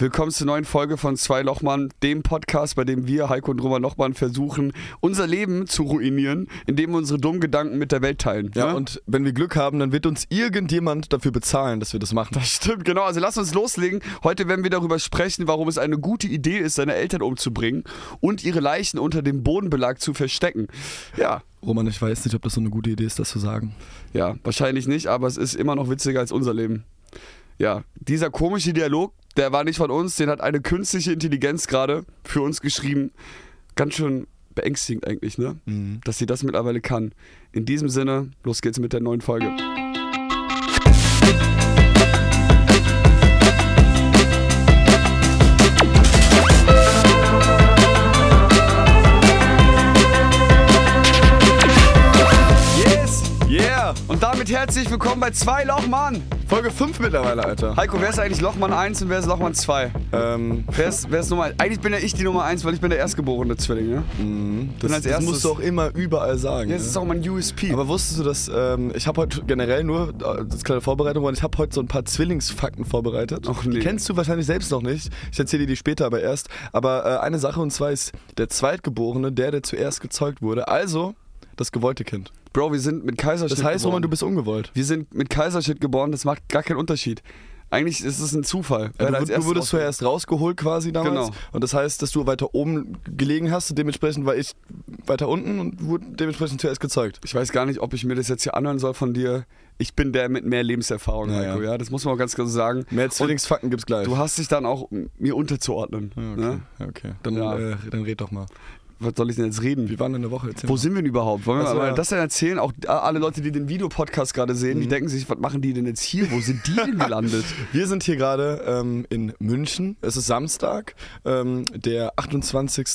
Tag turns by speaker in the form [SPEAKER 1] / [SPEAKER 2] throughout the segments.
[SPEAKER 1] Willkommen zur neuen Folge von Zwei Lochmann, dem Podcast, bei dem wir, Heiko und Roman Lochmann, versuchen, unser Leben zu ruinieren, indem wir unsere dummen Gedanken mit der Welt teilen.
[SPEAKER 2] Ja,
[SPEAKER 1] ne?
[SPEAKER 2] und wenn wir Glück haben, dann wird uns irgendjemand dafür bezahlen, dass wir das machen.
[SPEAKER 1] Das stimmt, genau. Also lass uns loslegen. Heute werden wir darüber sprechen, warum es eine gute Idee ist, seine Eltern umzubringen und ihre Leichen unter dem Bodenbelag zu verstecken. Ja,
[SPEAKER 2] Roman, ich weiß nicht, ob das so eine gute Idee ist, das zu sagen.
[SPEAKER 1] ja, wahrscheinlich nicht, aber es ist immer noch witziger als unser Leben. Ja, dieser komische Dialog, der war nicht von uns, den hat eine künstliche Intelligenz gerade für uns geschrieben. Ganz schön beängstigend eigentlich, ne?
[SPEAKER 2] Mhm.
[SPEAKER 1] Dass sie das mittlerweile kann. In diesem Sinne, los geht's mit der neuen Folge. Yes!
[SPEAKER 2] Yeah!
[SPEAKER 1] Und damit herzlich willkommen bei zwei Lochmann.
[SPEAKER 2] Folge 5 mittlerweile, Alter.
[SPEAKER 1] Heiko, wer ist eigentlich Lochmann 1 und wer ist Lochmann 2?
[SPEAKER 2] Ähm,
[SPEAKER 1] Wer ist, wer ist Nummer Eigentlich bin ja ich die Nummer 1, weil ich bin der erstgeborene Zwilling, ne?
[SPEAKER 2] mhm. das,
[SPEAKER 1] als
[SPEAKER 2] das
[SPEAKER 1] erstes-
[SPEAKER 2] musst du auch immer überall sagen. ne?
[SPEAKER 1] Jetzt ist auch mein USP.
[SPEAKER 2] Aber wusstest du, dass ähm, ich habe heute generell nur, äh, das ist kleine Vorbereitung, weil ich habe heute so ein paar Zwillingsfakten vorbereitet.
[SPEAKER 1] Och, nee.
[SPEAKER 2] Die kennst du wahrscheinlich selbst noch nicht. Ich erzähle dir die später aber erst. Aber äh, eine Sache und zwar ist der Zweitgeborene der, der zuerst gezeugt wurde. Also das gewollte Kind.
[SPEAKER 1] Bro, wir sind mit Kaiserschnitt
[SPEAKER 2] Das heißt,
[SPEAKER 1] geboren.
[SPEAKER 2] Roman, du bist ungewollt.
[SPEAKER 1] wir sind mit Kaiserschnitt geboren, das macht gar keinen Unterschied. Eigentlich ist es ein Zufall.
[SPEAKER 2] Ja,
[SPEAKER 1] wer
[SPEAKER 2] du,
[SPEAKER 1] da als
[SPEAKER 2] wurd- du
[SPEAKER 1] erstes
[SPEAKER 2] wurdest
[SPEAKER 1] rauskommt.
[SPEAKER 2] zuerst rausgeholt quasi damals.
[SPEAKER 1] Genau.
[SPEAKER 2] Und das heißt, dass du weiter oben gelegen hast. Und dementsprechend war ich weiter unten und wurde dementsprechend zuerst gezeugt.
[SPEAKER 1] Ich weiß gar nicht, ob ich mir das jetzt hier anhören soll von dir. Ich bin der mit mehr Lebenserfahrung,
[SPEAKER 2] Ja,
[SPEAKER 1] Heiko, ja.
[SPEAKER 2] ja.
[SPEAKER 1] Das muss man auch ganz klar so sagen.
[SPEAKER 2] Mehr Zwillingsfakten gibt's gleich.
[SPEAKER 1] Du hast dich dann auch m, mir unterzuordnen.
[SPEAKER 2] ja, okay.
[SPEAKER 1] ne?
[SPEAKER 2] Ja, okay. Dann,
[SPEAKER 1] Ja.
[SPEAKER 2] äh, dann red doch mal.
[SPEAKER 1] Was soll ich denn jetzt reden?
[SPEAKER 2] Wie waren denn eine Woche? Erzähl
[SPEAKER 1] Wo
[SPEAKER 2] mal.
[SPEAKER 1] sind wir denn überhaupt? Wollen wir
[SPEAKER 2] Ach so,
[SPEAKER 1] mal
[SPEAKER 2] Also, ja. Mhm.
[SPEAKER 1] das denn erzählen? Auch a- alle Leute, die den Videopodcast gerade sehen, die denken sich, was machen die denn jetzt hier? Wo sind die denn gelandet?
[SPEAKER 2] Wir sind hier gerade ähm, in München. Es ist Samstag, ähm, der 28.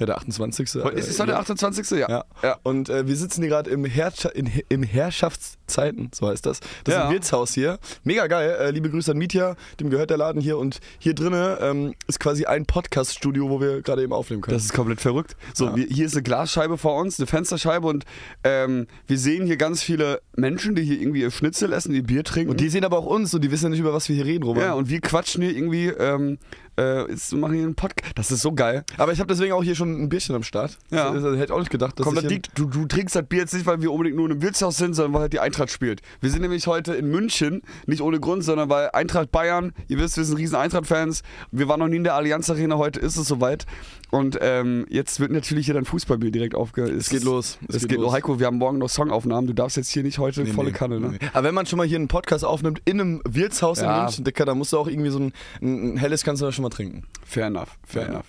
[SPEAKER 2] Ja, der 28.
[SPEAKER 1] Heute- Ist es heute der 28.? Ja.
[SPEAKER 2] Ja.
[SPEAKER 1] Ja.
[SPEAKER 2] Und äh, wir sitzen hier gerade im, Herrscha in, im Herrschaftszeiten, so heißt das. Das
[SPEAKER 1] Ja.
[SPEAKER 2] ist ein Wirtshaus hier. Mega geil. Äh, liebe Grüße an Mietja, dem gehört der Laden hier. Und hier drinnen ähm, ist quasi ein Podcast-Studio, wo wir gerade eben aufnehmen können.
[SPEAKER 1] Das ist komplett verrückt. So,
[SPEAKER 2] Ja.
[SPEAKER 1] wir, hier ist eine Glasscheibe vor uns, eine Fensterscheibe und ähm, wir sehen hier ganz viele Menschen, die hier irgendwie ihr Schnitzel essen, die Bier trinken.
[SPEAKER 2] und die sehen aber auch uns und die wissen ja nicht, über was wir hier reden, Roman.
[SPEAKER 1] ja, und wir quatschen hier irgendwie, ähm, äh, jetzt machen hier einen Podcast. Das ist so geil.
[SPEAKER 2] aber ich habe deswegen auch hier schon ein Bierchen am Start.
[SPEAKER 1] Ja.
[SPEAKER 2] Das, das hätte ich auch nicht gedacht, dass
[SPEAKER 1] Komm,
[SPEAKER 2] ich
[SPEAKER 1] das
[SPEAKER 2] hier-
[SPEAKER 1] liegt, du, du trinkst das Bier jetzt nicht, weil wir unbedingt nur in einem Wirtshaus sind, sondern weil halt die Eintracht spielt. Wir sind nämlich heute in München, nicht ohne Grund, sondern weil Eintracht Bayern, ihr wisst, wir sind riesen Eintracht-Fans, wir waren noch nie in der Allianz Arena, heute ist es soweit. Und ähm, jetzt wird natürlich hier dein Fußballbier direkt aufge...
[SPEAKER 2] Es geht los.
[SPEAKER 1] Es, geht, los. Heiko, wir haben morgen noch Songaufnahmen, du darfst jetzt hier nicht heute
[SPEAKER 2] Nee,
[SPEAKER 1] volle
[SPEAKER 2] nee,
[SPEAKER 1] Kanne, ne?
[SPEAKER 2] nee. Aber wenn man schon mal hier einen Podcast aufnimmt in einem Wirtshaus
[SPEAKER 1] Ja.
[SPEAKER 2] in München, Dicker, da musst du auch irgendwie so ein, ein, ein helles kannst du da schon mal trinken.
[SPEAKER 1] Fair enough, fair
[SPEAKER 2] Ja.
[SPEAKER 1] enough.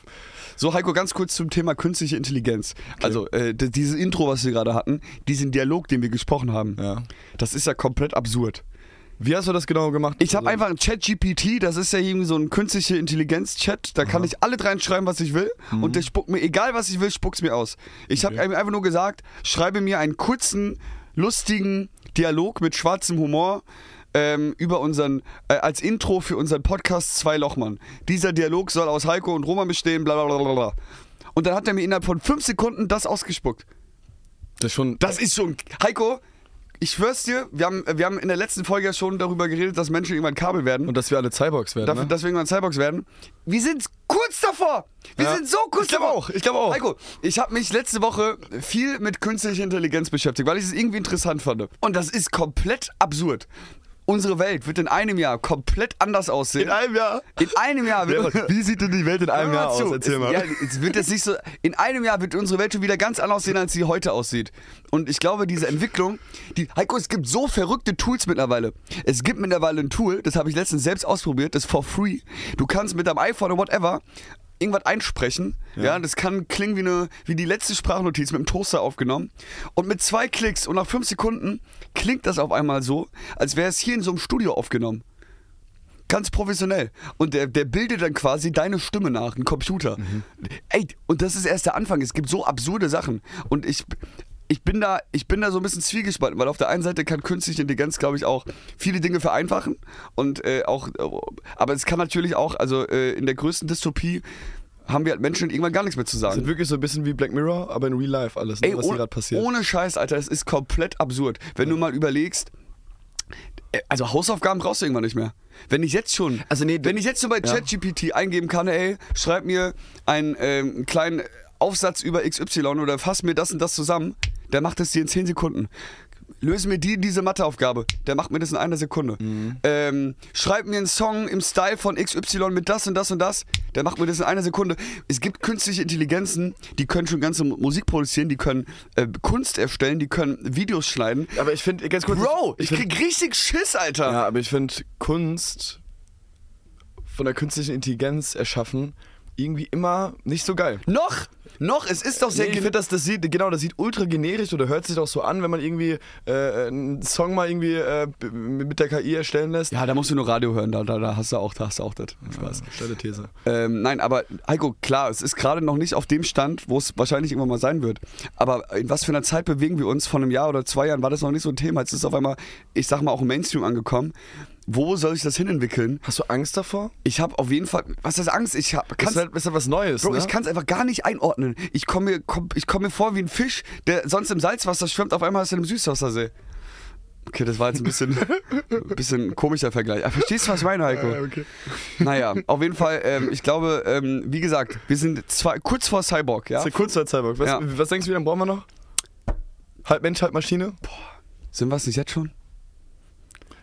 [SPEAKER 1] So, Heiko, ganz kurz zum Thema künstliche Intelligenz. Also, äh, d- dieses Intro, was wir gerade hatten, diesen Dialog, den wir gesprochen haben,
[SPEAKER 2] Ja.
[SPEAKER 1] das ist ja komplett absurd.
[SPEAKER 2] Wie hast du das genau gemacht?
[SPEAKER 1] Ich habe
[SPEAKER 2] Also-
[SPEAKER 1] einfach ein Chat-GPT, das ist ja irgendwie so ein künstliche Intelligenz-Chat, da kann ich alles reinschreiben, was ich will und der spuckt mir, egal was ich will, spuckt mir aus. Ich habe
[SPEAKER 2] Mhm. Okay.
[SPEAKER 1] ihm einfach nur gesagt, schreibe mir einen kurzen, lustigen Dialog mit schwarzem Humor ähm, über unseren, äh, als Intro für unseren Podcast Zwei Lochmann. Dieser Dialog soll aus Heiko und Roman bestehen, bla bla bla bla, bla. Und dann hat er mir innerhalb von fünf Sekunden das ausgespuckt.
[SPEAKER 2] Das ist schon.
[SPEAKER 1] Das ist schon. Heiko, ich schwör's dir, wir haben, wir haben in der letzten Folge ja schon darüber geredet, dass Menschen irgendwann Kabel werden.
[SPEAKER 2] und dass wir alle Cyborgs werden.
[SPEAKER 1] Dafür,
[SPEAKER 2] ne?
[SPEAKER 1] dass wir irgendwann Cyborgs werden. Wir sind kurz davor. Wir
[SPEAKER 2] Ja.
[SPEAKER 1] sind so kurz
[SPEAKER 2] Ich glaub
[SPEAKER 1] davor.
[SPEAKER 2] auch, ich glaub auch.
[SPEAKER 1] Heiko, ich habe mich letzte Woche viel mit künstlicher Intelligenz beschäftigt, weil ich es irgendwie interessant fand. Und das ist komplett absurd. Unsere Welt wird in einem Jahr komplett anders aussehen.
[SPEAKER 2] in einem Jahr.
[SPEAKER 1] In einem Jahr wird
[SPEAKER 2] Wie sieht denn die Welt in einem
[SPEAKER 1] Hör
[SPEAKER 2] Jahr
[SPEAKER 1] zu.
[SPEAKER 2] aus? Erzähl mal.
[SPEAKER 1] Ja, es wird jetzt nicht so, in einem Jahr wird unsere Welt schon wieder ganz anders aussehen, als sie heute aussieht. Und ich glaube, diese Entwicklung, die, Heiko, es gibt so verrückte Tools mittlerweile. Es gibt mittlerweile ein Tool, das habe ich letztens selbst ausprobiert, das ist for free. Du kannst mit deinem iPhone oder whatever irgendwas einsprechen. Ja. das kann klingen wie, eine, wie die letzte Sprachnotiz mit dem Toaster aufgenommen. Und mit zwei Klicks und nach fünf Sekunden klingt das auf einmal so, als wäre es hier in so einem Studio aufgenommen. Ganz professionell. Und der, der bildet dann quasi deine Stimme nach, ein Computer.
[SPEAKER 2] Mhm.
[SPEAKER 1] Ey, und das ist erst der Anfang. Es gibt so absurde Sachen. Und ich, ich, bin, da, ich bin da so ein bisschen zwiegespalten, weil auf der einen Seite kann künstliche Intelligenz, glaube ich, auch viele Dinge vereinfachen. Und äh, auch, aber es kann natürlich auch, also äh, in der größten Dystopie haben wir halt Menschen irgendwann gar nichts mehr zu
[SPEAKER 2] Das sind
[SPEAKER 1] sagen.
[SPEAKER 2] wirklich so ein bisschen wie Black Mirror, aber in Real Life alles, ne, was hier
[SPEAKER 1] ohne,
[SPEAKER 2] gerade passiert.
[SPEAKER 1] ohne Scheiß, Alter, das ist komplett absurd. Wenn du mal überlegst, Äh, Also Hausaufgaben brauchst du irgendwann nicht mehr. Wenn ich jetzt schon,
[SPEAKER 2] Also nee,
[SPEAKER 1] wenn ich jetzt schon bei
[SPEAKER 2] ja.
[SPEAKER 1] ChatGPT eingeben kann, ey, schreib mir einen ähm, kleinen Aufsatz über XY oder fass mir das und das zusammen, der macht es dir in 10 Sekunden. Löse mir die, diese Matheaufgabe, der macht mir das in einer Sekunde.
[SPEAKER 2] Mhm.
[SPEAKER 1] Ähm, schreib mir einen Song im Style von XY mit das und das und das, der macht mir das in einer Sekunde. Es gibt künstliche Intelligenzen, die können schon ganze Musik produzieren, die können äh, Kunst erstellen, die können Videos schneiden.
[SPEAKER 2] Aber ich finde, ganz kurz.
[SPEAKER 1] Bro, ich
[SPEAKER 2] ich find,
[SPEAKER 1] krieg richtig Schiss, Alter.
[SPEAKER 2] Ja, aber ich finde Kunst von der künstlichen Intelligenz erschaffen irgendwie immer nicht so geil.
[SPEAKER 1] Noch, noch, es ist doch
[SPEAKER 2] Nee,
[SPEAKER 1] sehr
[SPEAKER 2] ich
[SPEAKER 1] gen-
[SPEAKER 2] finde, das, das sieht, genau, das sieht ultra generisch oder hört sich doch so an, wenn man irgendwie äh, einen Song mal irgendwie äh, b- mit der KI erstellen lässt.
[SPEAKER 1] Ja, da musst du nur Radio hören, da, da, da hast du auch, da hast du auch das. Spaß.
[SPEAKER 2] Spaß. Steile These.
[SPEAKER 1] Ähm, nein, aber Heiko, klar, es ist gerade noch nicht auf dem Stand, wo es wahrscheinlich irgendwann mal sein wird. Aber in was für einer Zeit bewegen wir uns? Von einem Jahr oder zwei Jahren war das noch nicht so ein Thema. Jetzt ist auf einmal, ich sag mal, auch im Mainstream angekommen. Wo soll sich das hinentwickeln?
[SPEAKER 2] Hast du Angst davor?
[SPEAKER 1] Ich habe auf jeden Fall, was ist Angst? Ich hab,
[SPEAKER 2] Das ist
[SPEAKER 1] kannst,
[SPEAKER 2] halt, ist halt was Neues.
[SPEAKER 1] Bro,
[SPEAKER 2] ne?
[SPEAKER 1] ich kann es einfach gar nicht einordnen. Ich komme mir, komm, ich komm mir vor wie ein Fisch, der sonst im Salzwasser schwimmt, auf einmal ist er im Süßwassersee. Okay, das war jetzt ein bisschen, ein bisschen komischer Vergleich. Aber verstehst du, was ich meine, Heiko?
[SPEAKER 2] Äh, okay.
[SPEAKER 1] Naja, auf jeden Fall, ähm, ich glaube, ähm, wie gesagt, wir sind zwei, kurz vor Cyborg, ja?
[SPEAKER 2] Ist ja kurz vor Cyborg. Was,
[SPEAKER 1] Ja.
[SPEAKER 2] was denkst du, wie lange brauchen wir noch? Halb Mensch, halb Maschine?
[SPEAKER 1] Sind wir es nicht jetzt schon?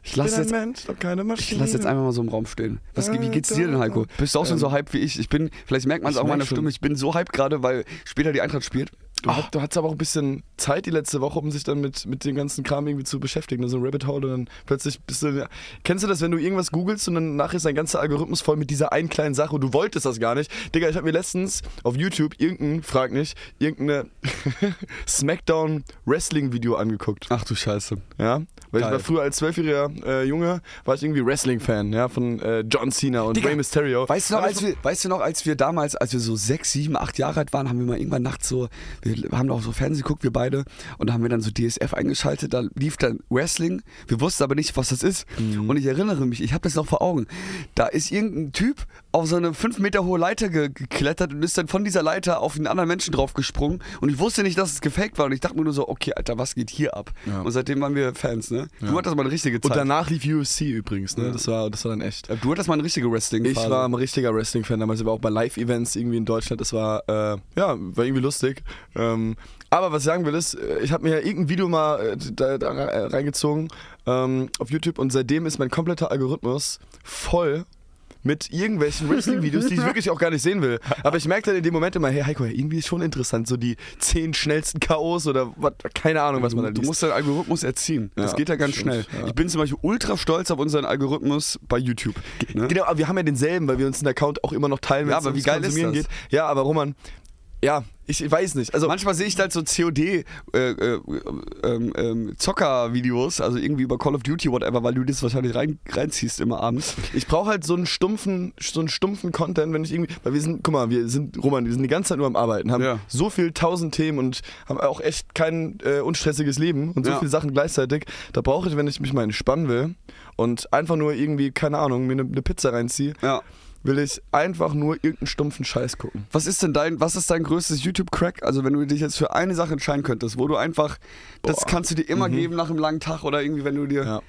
[SPEAKER 1] Ich lasse jetzt,
[SPEAKER 2] Mensch, doch keine
[SPEAKER 1] ich
[SPEAKER 2] Maschine.
[SPEAKER 1] lass jetzt einfach mal so im Raum stehen. Was, wie geht's dir denn, Heiko? Bist du auch schon
[SPEAKER 2] Ähm,
[SPEAKER 1] so hype wie ich? Ich bin, vielleicht merkt man es
[SPEAKER 2] ich
[SPEAKER 1] auch meiner
[SPEAKER 2] merk schon.
[SPEAKER 1] Stimme, ich bin so hype gerade, weil später die Eintracht spielt.
[SPEAKER 2] Du,
[SPEAKER 1] Oh.
[SPEAKER 2] hat, du hattest aber auch ein bisschen Zeit die letzte Woche, um sich dann mit, mit dem ganzen Kram irgendwie zu beschäftigen. So ein Rabbit Hole und dann plötzlich bist du. Kennst du das, wenn du irgendwas googelst und dann nachher ist dein ganzer Algorithmus voll mit dieser einen kleinen Sache und du wolltest das gar nicht? Digga, ich habe mir letztens auf YouTube irgendein, frag nicht, irgendeine Smackdown Wrestling Video angeguckt.
[SPEAKER 1] Ach du Scheiße.
[SPEAKER 2] Ja, weil
[SPEAKER 1] Geil.
[SPEAKER 2] ich war früher als zwölfjähriger äh, Junge, war ich irgendwie Wrestling-Fan, ja, von äh, John Cena und
[SPEAKER 1] Digga,
[SPEAKER 2] Rey Mysterio.
[SPEAKER 1] Weißt du, noch,
[SPEAKER 2] Hab ich
[SPEAKER 1] als wir, weißt du noch, als wir damals, als wir so sechs, sieben, acht Jahre alt waren, haben wir mal irgendwann nachts so, wir haben auch so Fernsehen geguckt, wir beide, und da haben wir dann so DSF eingeschaltet, da lief dann Wrestling, wir wussten aber nicht, was das ist.
[SPEAKER 2] Mhm.
[SPEAKER 1] Und ich erinnere mich, ich habe das noch vor Augen, da ist irgendein Typ auf so eine fünf Meter hohe Leiter ge geklettert und ist dann von dieser Leiter auf einen anderen Menschen draufgesprungen und ich wusste nicht, dass es gefaked war und ich dachte mir nur so, okay, Alter, was geht hier ab?
[SPEAKER 2] Ja.
[SPEAKER 1] Und seitdem waren wir Fans, ne? Du hattest mal eine richtige Zeit.
[SPEAKER 2] und danach lief UFC übrigens, ne?
[SPEAKER 1] Ja.
[SPEAKER 2] Das, war, das war dann echt.
[SPEAKER 1] du hattest mal eine richtige wrestling
[SPEAKER 2] Ich war ein richtiger Wrestling-Fan damals, ich war auch bei Live-Events irgendwie in Deutschland, das war, äh, ja, war irgendwie lustig. Ähm, aber was ich sagen will ist, äh, ich habe mir irgendein Video mal äh, da, da äh, reingezogen ähm, auf YouTube und seitdem ist mein kompletter Algorithmus voll mit irgendwelchen Wrestling-Videos, die ich wirklich auch gar nicht sehen will. Aber ich merke dann in dem Moment immer, hey Heiko, irgendwie ist schon interessant, so die zehn schnellsten K.O.s oder was, keine Ahnung, was man da
[SPEAKER 1] du
[SPEAKER 2] liest.
[SPEAKER 1] musst deinen Algorithmus erziehen. das
[SPEAKER 2] Ja,
[SPEAKER 1] geht ja ganz schnell.
[SPEAKER 2] stimmt, ja.
[SPEAKER 1] Ich bin zum Beispiel ultra stolz auf unseren Algorithmus bei YouTube. Ne?
[SPEAKER 2] Genau, aber wir haben ja denselben, weil wir uns den Account auch immer noch teilen, wenn
[SPEAKER 1] Ja,
[SPEAKER 2] es
[SPEAKER 1] aber wie
[SPEAKER 2] ums
[SPEAKER 1] geil ist
[SPEAKER 2] Konsumieren
[SPEAKER 1] das?
[SPEAKER 2] geht. Ja, aber Roman, ja, ich, ich weiß nicht. Also
[SPEAKER 1] Manchmal sehe ich da halt so äh, COD-Zocker-Videos, ähm, also irgendwie über Call of Duty, whatever, weil du das wahrscheinlich rein, reinziehst immer abends.
[SPEAKER 2] ich brauche halt so einen stumpfen, so einen stumpfen Content, wenn ich irgendwie, weil wir sind, guck mal, wir sind, Roman, wir sind die ganze Zeit nur am Arbeiten, haben
[SPEAKER 1] Ja.
[SPEAKER 2] so viel tausend Themen und haben auch echt kein äh, unstressiges Leben und so
[SPEAKER 1] Ja.
[SPEAKER 2] viele Sachen gleichzeitig. Da brauche ich, wenn ich mich mal entspannen will und einfach nur irgendwie, keine Ahnung, mir eine, eine Pizza reinziehe,
[SPEAKER 1] Ja.
[SPEAKER 2] will ich einfach nur irgendeinen stumpfen Scheiß gucken.
[SPEAKER 1] Was ist denn dein, was ist dein größtes YouTube-Crack? Also wenn du dich jetzt für eine Sache entscheiden könntest, wo du einfach, das
[SPEAKER 2] Boah. Mhm.
[SPEAKER 1] kannst du dir immer geben nach einem langen Tag oder irgendwie, wenn du dir...
[SPEAKER 2] Ja.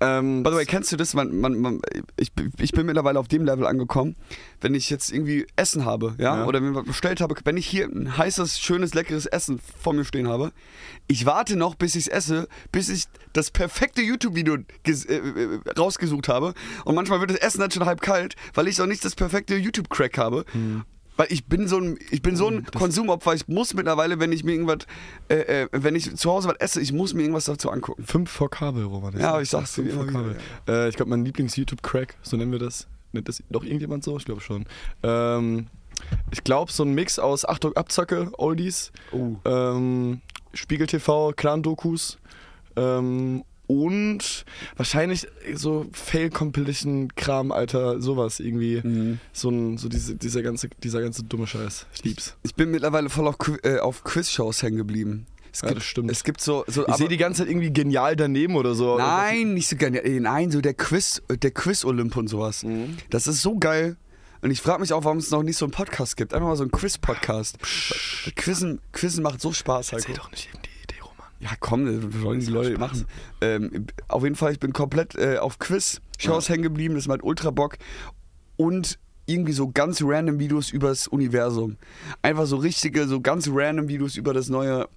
[SPEAKER 2] Ähm,
[SPEAKER 1] By the way, kennst du das? Man, man, man, ich, bin- ich bin mittlerweile auf dem Level angekommen, wenn ich jetzt irgendwie Essen habe, ja,
[SPEAKER 2] Ja.
[SPEAKER 1] oder wenn ich bestellt habe, wenn ich hier ein heißes, schönes, leckeres Essen vor mir stehen habe, ich warte noch, bis ich es esse, bis ich das perfekte YouTube-Video ges- äh, äh, rausgesucht habe. Und manchmal wird das Essen dann schon halb kalt, weil ich noch nicht das perfekte YouTube-Crack habe. Weil ich bin so ein, ich bin so ein Konsumopfer. Ich muss mittlerweile, wenn ich mir irgendwas, äh, äh, wenn ich zu Hause was esse, ich muss mir irgendwas dazu angucken.
[SPEAKER 2] Fünf vor Kabel, Roman.
[SPEAKER 1] Ja, ich sag's dir
[SPEAKER 2] Fünf
[SPEAKER 1] immer
[SPEAKER 2] vor
[SPEAKER 1] wieder,
[SPEAKER 2] Äh, ich glaube, mein Lieblings-YouTube-Crack, so nennen wir das. Nennt das doch irgendjemand so? Ich glaube schon. Ähm, ich glaube, so ein Mix aus Achtung, Abzocke, Oldies,
[SPEAKER 1] Oh.
[SPEAKER 2] ähm, Spiegel TV, Clan-Dokus ähm, und wahrscheinlich so fail-compilation Kram, Alter, sowas irgendwie.
[SPEAKER 1] Mhm.
[SPEAKER 2] So, ein, so diese, dieser, ganze, dieser ganze dumme Scheiß. Ich lieb's.
[SPEAKER 1] Ich bin mittlerweile voll auf, Qui- äh, auf Quiz-Shows hängen geblieben. Es
[SPEAKER 2] Ja,
[SPEAKER 1] gibt,
[SPEAKER 2] das stimmt.
[SPEAKER 1] Es gibt so. so
[SPEAKER 2] Ich sehe die ganze Zeit irgendwie genial daneben oder so.
[SPEAKER 1] nein, nicht so gerne. Äh, Nein, so der Quiz, der Quiz-Olymp und sowas.
[SPEAKER 2] Mhm.
[SPEAKER 1] Das ist so geil. Und ich frage mich auch, warum es noch nicht so einen Podcast gibt. Einfach mal so einen Quiz-Podcast. Quizzen, Quizzen macht so Spaß,
[SPEAKER 2] Erzähl
[SPEAKER 1] Heiko.
[SPEAKER 2] doch nicht eben die Idee, Roman.
[SPEAKER 1] Ja, komm, das sollen die Leute machen. Ähm, auf jeden Fall, ich bin komplett äh, auf Quiz-Shows hängen geblieben, das macht ultra Bock. Und irgendwie so ganz random Videos übers Universum. Einfach so richtige, so ganz random Videos über das neue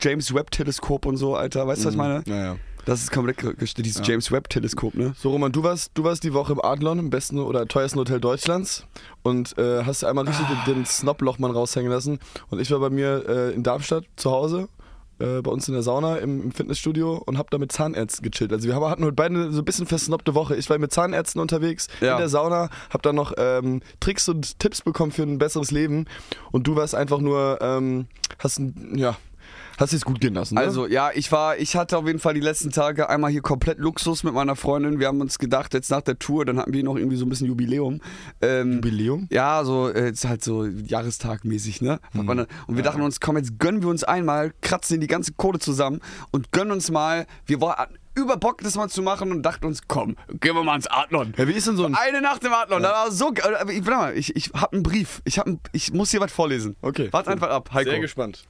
[SPEAKER 1] James Webb-Teleskop und so, Alter. Weißt du, was ich meine?
[SPEAKER 2] Naja.
[SPEAKER 1] Das ist komplett ge- gest- dieses James Webb-Teleskop, ne?
[SPEAKER 2] So, Roman, du warst, du warst die Woche im Adlon, im besten oder teuersten Hotel Deutschlands und äh, hast einmal richtig den, den Snob-Lochmann raushängen lassen. Und ich war bei mir äh, in Darmstadt zu Hause, äh, bei uns in der Sauna, im, im Fitnessstudio und hab da mit Zahnärzten gechillt. Also wir haben, hatten heute beide so ein bisschen versnobte Woche. Ich war mit Zahnärzten unterwegs
[SPEAKER 1] Ja.
[SPEAKER 2] in der Sauna, hab dann noch ähm, Tricks und Tipps bekommen für ein besseres Leben. Und du warst einfach nur, ähm, hast, ein- ja, hast es gut gehen lassen. Ne?
[SPEAKER 1] Also ja, ich war, ich hatte auf jeden Fall die letzten Tage einmal hier komplett Luxus mit meiner Freundin. Wir haben uns gedacht, jetzt nach der Tour, dann hatten wir noch irgendwie so ein bisschen Jubiläum. Ähm,
[SPEAKER 2] Jubiläum?
[SPEAKER 1] ja, so äh, ist halt so jahrestagmäßig, ne? Hat
[SPEAKER 2] Mhm.
[SPEAKER 1] man dann- Und wir dachten uns, komm, jetzt gönnen wir uns einmal, kratzen die ganze Kohle zusammen und gönnen uns mal. Wir waren über Bock, das mal zu machen und dachten uns, komm, gehen wir mal ins Adlon.
[SPEAKER 2] Ja, wie ist denn so ein.
[SPEAKER 1] Eine Nacht im Adlon, da war so geil. Aber Ich, warte mal, ich, ich hab einen Brief. Ich, hab einen, ich muss hier was vorlesen.
[SPEAKER 2] Okay.
[SPEAKER 1] Warte einfach ab, Heiko.
[SPEAKER 2] Sehr gespannt.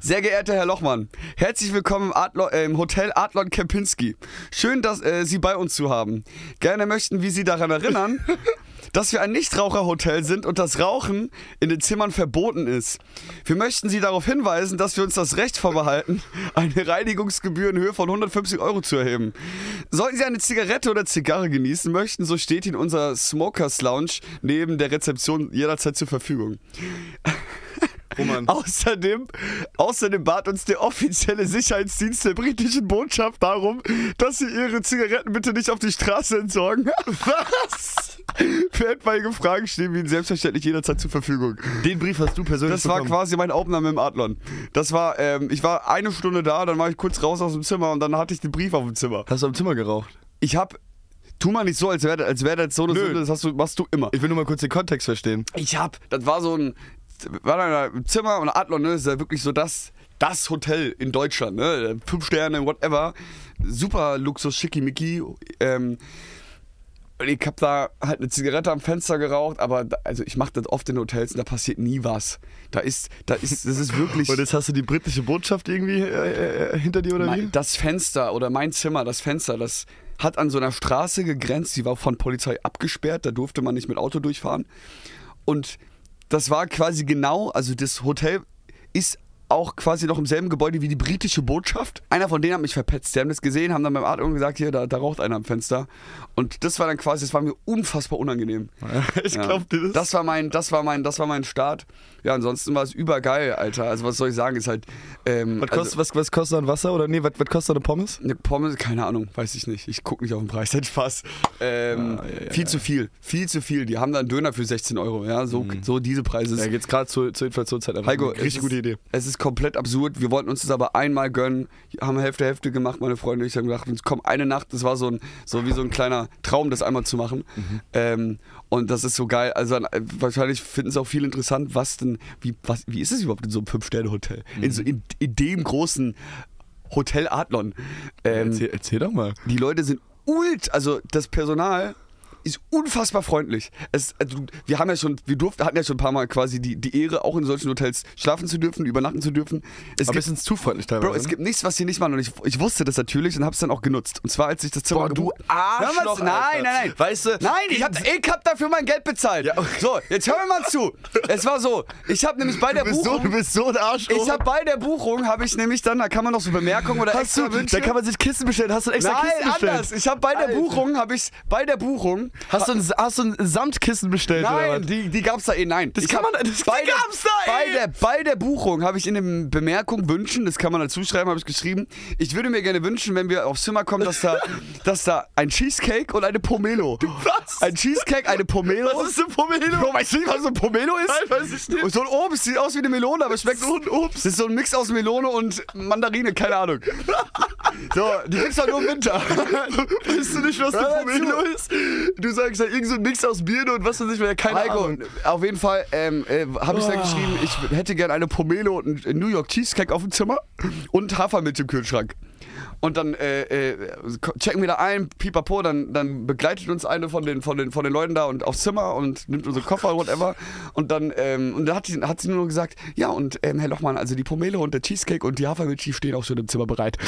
[SPEAKER 1] Sehr geehrter Herr Lochmann, herzlich willkommen im, Adlo äh, im Hotel Adlon Kempinski. Schön, dass äh, Sie bei uns zu haben. Gerne möchten wir Sie daran erinnern, dass wir ein Nichtraucherhotel sind und das Rauchen in den Zimmern verboten ist. Wir möchten Sie darauf hinweisen, dass wir uns das Recht vorbehalten, eine Reinigungsgebühr in Höhe von 150 Euro zu erheben. Sollten Sie eine Zigarette oder Zigarre genießen möchten, so steht Ihnen unser Smokers Lounge neben der Rezeption jederzeit zur Verfügung.
[SPEAKER 2] Roman.
[SPEAKER 1] Außerdem, außerdem bat uns der offizielle Sicherheitsdienst der britischen Botschaft darum, dass sie ihre Zigaretten bitte nicht auf die Straße entsorgen. Was? Für etwaige Fragen stehen wir ihnen selbstverständlich jederzeit zur Verfügung.
[SPEAKER 2] Den Brief hast du persönlich
[SPEAKER 1] Das war
[SPEAKER 2] bekommen.
[SPEAKER 1] quasi mein Aufnahme im Adlon. Das war, ähm, ich war eine Stunde da, dann war ich kurz raus aus dem Zimmer und dann hatte ich den Brief auf dem Zimmer.
[SPEAKER 2] Hast du am Zimmer geraucht?
[SPEAKER 1] Ich hab, tu mal nicht so, als wäre als wär das so eine
[SPEAKER 2] Nö.
[SPEAKER 1] Sünde, das hast du, machst du immer.
[SPEAKER 2] Ich will nur mal kurz den Kontext verstehen.
[SPEAKER 1] Ich hab, das war so ein, war da im Zimmer und Adlon, ne, ist ja wirklich so das, das Hotel in Deutschland, ne, fünf Sterne, whatever, super Luxus, schickimicki, ähm, und ich hab da halt eine Zigarette am Fenster geraucht, aber da, also ich mache das oft in Hotels und da passiert nie was. Da ist, da ist, das ist wirklich.
[SPEAKER 2] Und jetzt hast du die britische Botschaft irgendwie äh, äh, hinter dir oder
[SPEAKER 1] Mein-
[SPEAKER 2] wie?
[SPEAKER 1] Das Fenster oder mein Zimmer, das Fenster, das hat an so einer Straße gegrenzt, die war von Polizei abgesperrt, da durfte man nicht mit Auto durchfahren. Und das war quasi genau, also das Hotel ist auch quasi noch im selben Gebäude wie die britische Botschaft. Einer von denen hat mich verpetzt. Die haben das gesehen, haben dann beim Arzt gesagt, hier, da, da raucht einer am Fenster. Und das war dann quasi, das war mir unfassbar unangenehm.
[SPEAKER 2] Ich
[SPEAKER 1] Ja.
[SPEAKER 2] glaub dir das.
[SPEAKER 1] Das war mein, das war mein, das war mein Start. Ja, ansonsten war es übergeil, Alter. Also was soll ich sagen, ist halt. Ähm,
[SPEAKER 2] was,
[SPEAKER 1] also-
[SPEAKER 2] kostet, was, was kostet ein Wasser oder nee, was, was kostet eine Pommes?
[SPEAKER 1] eine Pommes, keine Ahnung, weiß ich nicht. Ich gucke nicht auf den Preis, hat Spaß. Ähm,
[SPEAKER 2] Ah, ja, ja,
[SPEAKER 1] viel zu viel, viel zu viel. Die haben da einen Döner für 16 Euro, ja, so, so diese Preise.
[SPEAKER 2] Da
[SPEAKER 1] ist-
[SPEAKER 2] geht's gerade zur, zur Inflationszeit einfach.
[SPEAKER 1] Heiko, es
[SPEAKER 2] Mhm. richtig
[SPEAKER 1] ist-
[SPEAKER 2] gute Idee.
[SPEAKER 1] Es ist komplett absurd. Wir wollten uns das aber einmal gönnen. Haben Hälfte, Hälfte gemacht, meine Freunde. und Ich habe gedacht, uns komm, eine Nacht. Das war so, ein, so wie so ein kleiner Traum, das einmal zu machen.
[SPEAKER 2] Mhm.
[SPEAKER 1] Ähm, und das ist so geil. Also äh, wahrscheinlich finden es auch viele interessant, was denn, wie, was, wie ist es überhaupt in so einem Fünf-Sterne-Hotel?
[SPEAKER 2] Mhm.
[SPEAKER 1] In, so, in, in dem großen Hotel Adlon. Ähm,
[SPEAKER 2] Erzähl, erzähl doch mal.
[SPEAKER 1] die Leute sind ult, also das Personal ist unfassbar freundlich. Es, also, wir haben ja schon, wir durften, hatten ja schon ein paar Mal quasi die, die Ehre, auch in solchen Hotels schlafen zu dürfen, übernachten zu dürfen. Es
[SPEAKER 2] Aber
[SPEAKER 1] gibt,
[SPEAKER 2] bisschen zu freundlich teilweise. ne?
[SPEAKER 1] Bro, es gibt nichts, was sie nicht machen. Und ich, ich wusste das natürlich und hab's dann auch genutzt. Und zwar, als ich das Zimmer
[SPEAKER 2] Boah, du
[SPEAKER 1] gebucht- Hör mal
[SPEAKER 2] Arschloch,
[SPEAKER 1] zu- Nein,
[SPEAKER 2] Alter.
[SPEAKER 1] nein, nein.
[SPEAKER 2] Weißt du,
[SPEAKER 1] Nein, ich hab, ich hab dafür mein Geld bezahlt.
[SPEAKER 2] Ja, okay.
[SPEAKER 1] So, jetzt hör mir mal zu. Es war so, ich habe nämlich bei der
[SPEAKER 2] du, bist so,
[SPEAKER 1] Buchung...
[SPEAKER 2] du bist so ein Arschloch.
[SPEAKER 1] ich habe bei der Buchung, habe ich nämlich dann, da kann man noch so Bemerkungen oder
[SPEAKER 2] Hast
[SPEAKER 1] extra
[SPEAKER 2] du,
[SPEAKER 1] Wünsche.
[SPEAKER 2] da kann man sich Kissen bestellen. Hast du ein extra Kissen
[SPEAKER 1] Nein,
[SPEAKER 2] bestellt?
[SPEAKER 1] anders. Ich habe bei der
[SPEAKER 2] Alter.
[SPEAKER 1] Buchung, habe ich bei der Buchung.
[SPEAKER 2] Hast du ein, hast du ein Samtkissen bestellt oder
[SPEAKER 1] Nein,
[SPEAKER 2] was?
[SPEAKER 1] die, die gab's da eh, nein. Das
[SPEAKER 2] kann man- das- die
[SPEAKER 1] bei der-
[SPEAKER 2] gab's da eh!
[SPEAKER 1] Bei der, bei der Buchung habe ich in den Bemerkungen wünschen, das kann man dazu schreiben, habe ich geschrieben. Ich würde mir gerne wünschen, wenn wir aufs Zimmer kommen, dass da, dass da ein Cheesecake und eine Pomelo.
[SPEAKER 2] Was?
[SPEAKER 1] Ein Cheesecake, eine Pomelo.
[SPEAKER 2] Was ist eine Pomelo?
[SPEAKER 1] Bro, weißt du nicht, was so ein Pomelo ist?
[SPEAKER 2] Nein, weiß ich nicht.
[SPEAKER 1] So ein Obst, sieht aus wie eine Melone, aber schmeckt
[SPEAKER 2] So ein Obst.
[SPEAKER 1] Das ist so ein Mix aus Melone und Mandarine, keine Ahnung. So, die gibt's halt nur im Winter.
[SPEAKER 2] Weißt du nicht, was
[SPEAKER 1] Hör
[SPEAKER 2] eine
[SPEAKER 1] mal zu.
[SPEAKER 2] Pomelo ist? Du sagst ja irgend so ein Mix aus Birne und was weiß ich, weil ja keine
[SPEAKER 1] Heiko,
[SPEAKER 2] Ahnung.
[SPEAKER 1] auf jeden Fall ähm, äh, habe ich dann
[SPEAKER 2] Oh.
[SPEAKER 1] geschrieben, äh, ich hätte gern eine Pomelo und einen New York Cheesecake auf dem Zimmer und Hafermilch im Kühlschrank. Und dann äh, äh, checken wir da ein, pipapo, dann, dann begleitet uns eine von den, von, den, von den Leuten da und aufs Zimmer und nimmt unsere Koffer, whatever. Und dann, ähm, und dann hat, sie, hat sie nur gesagt, ja und ähm, Herr Lochmann, also die Pomelo und der Cheesecake und die Hafermilch stehen auch schon im Zimmer bereit.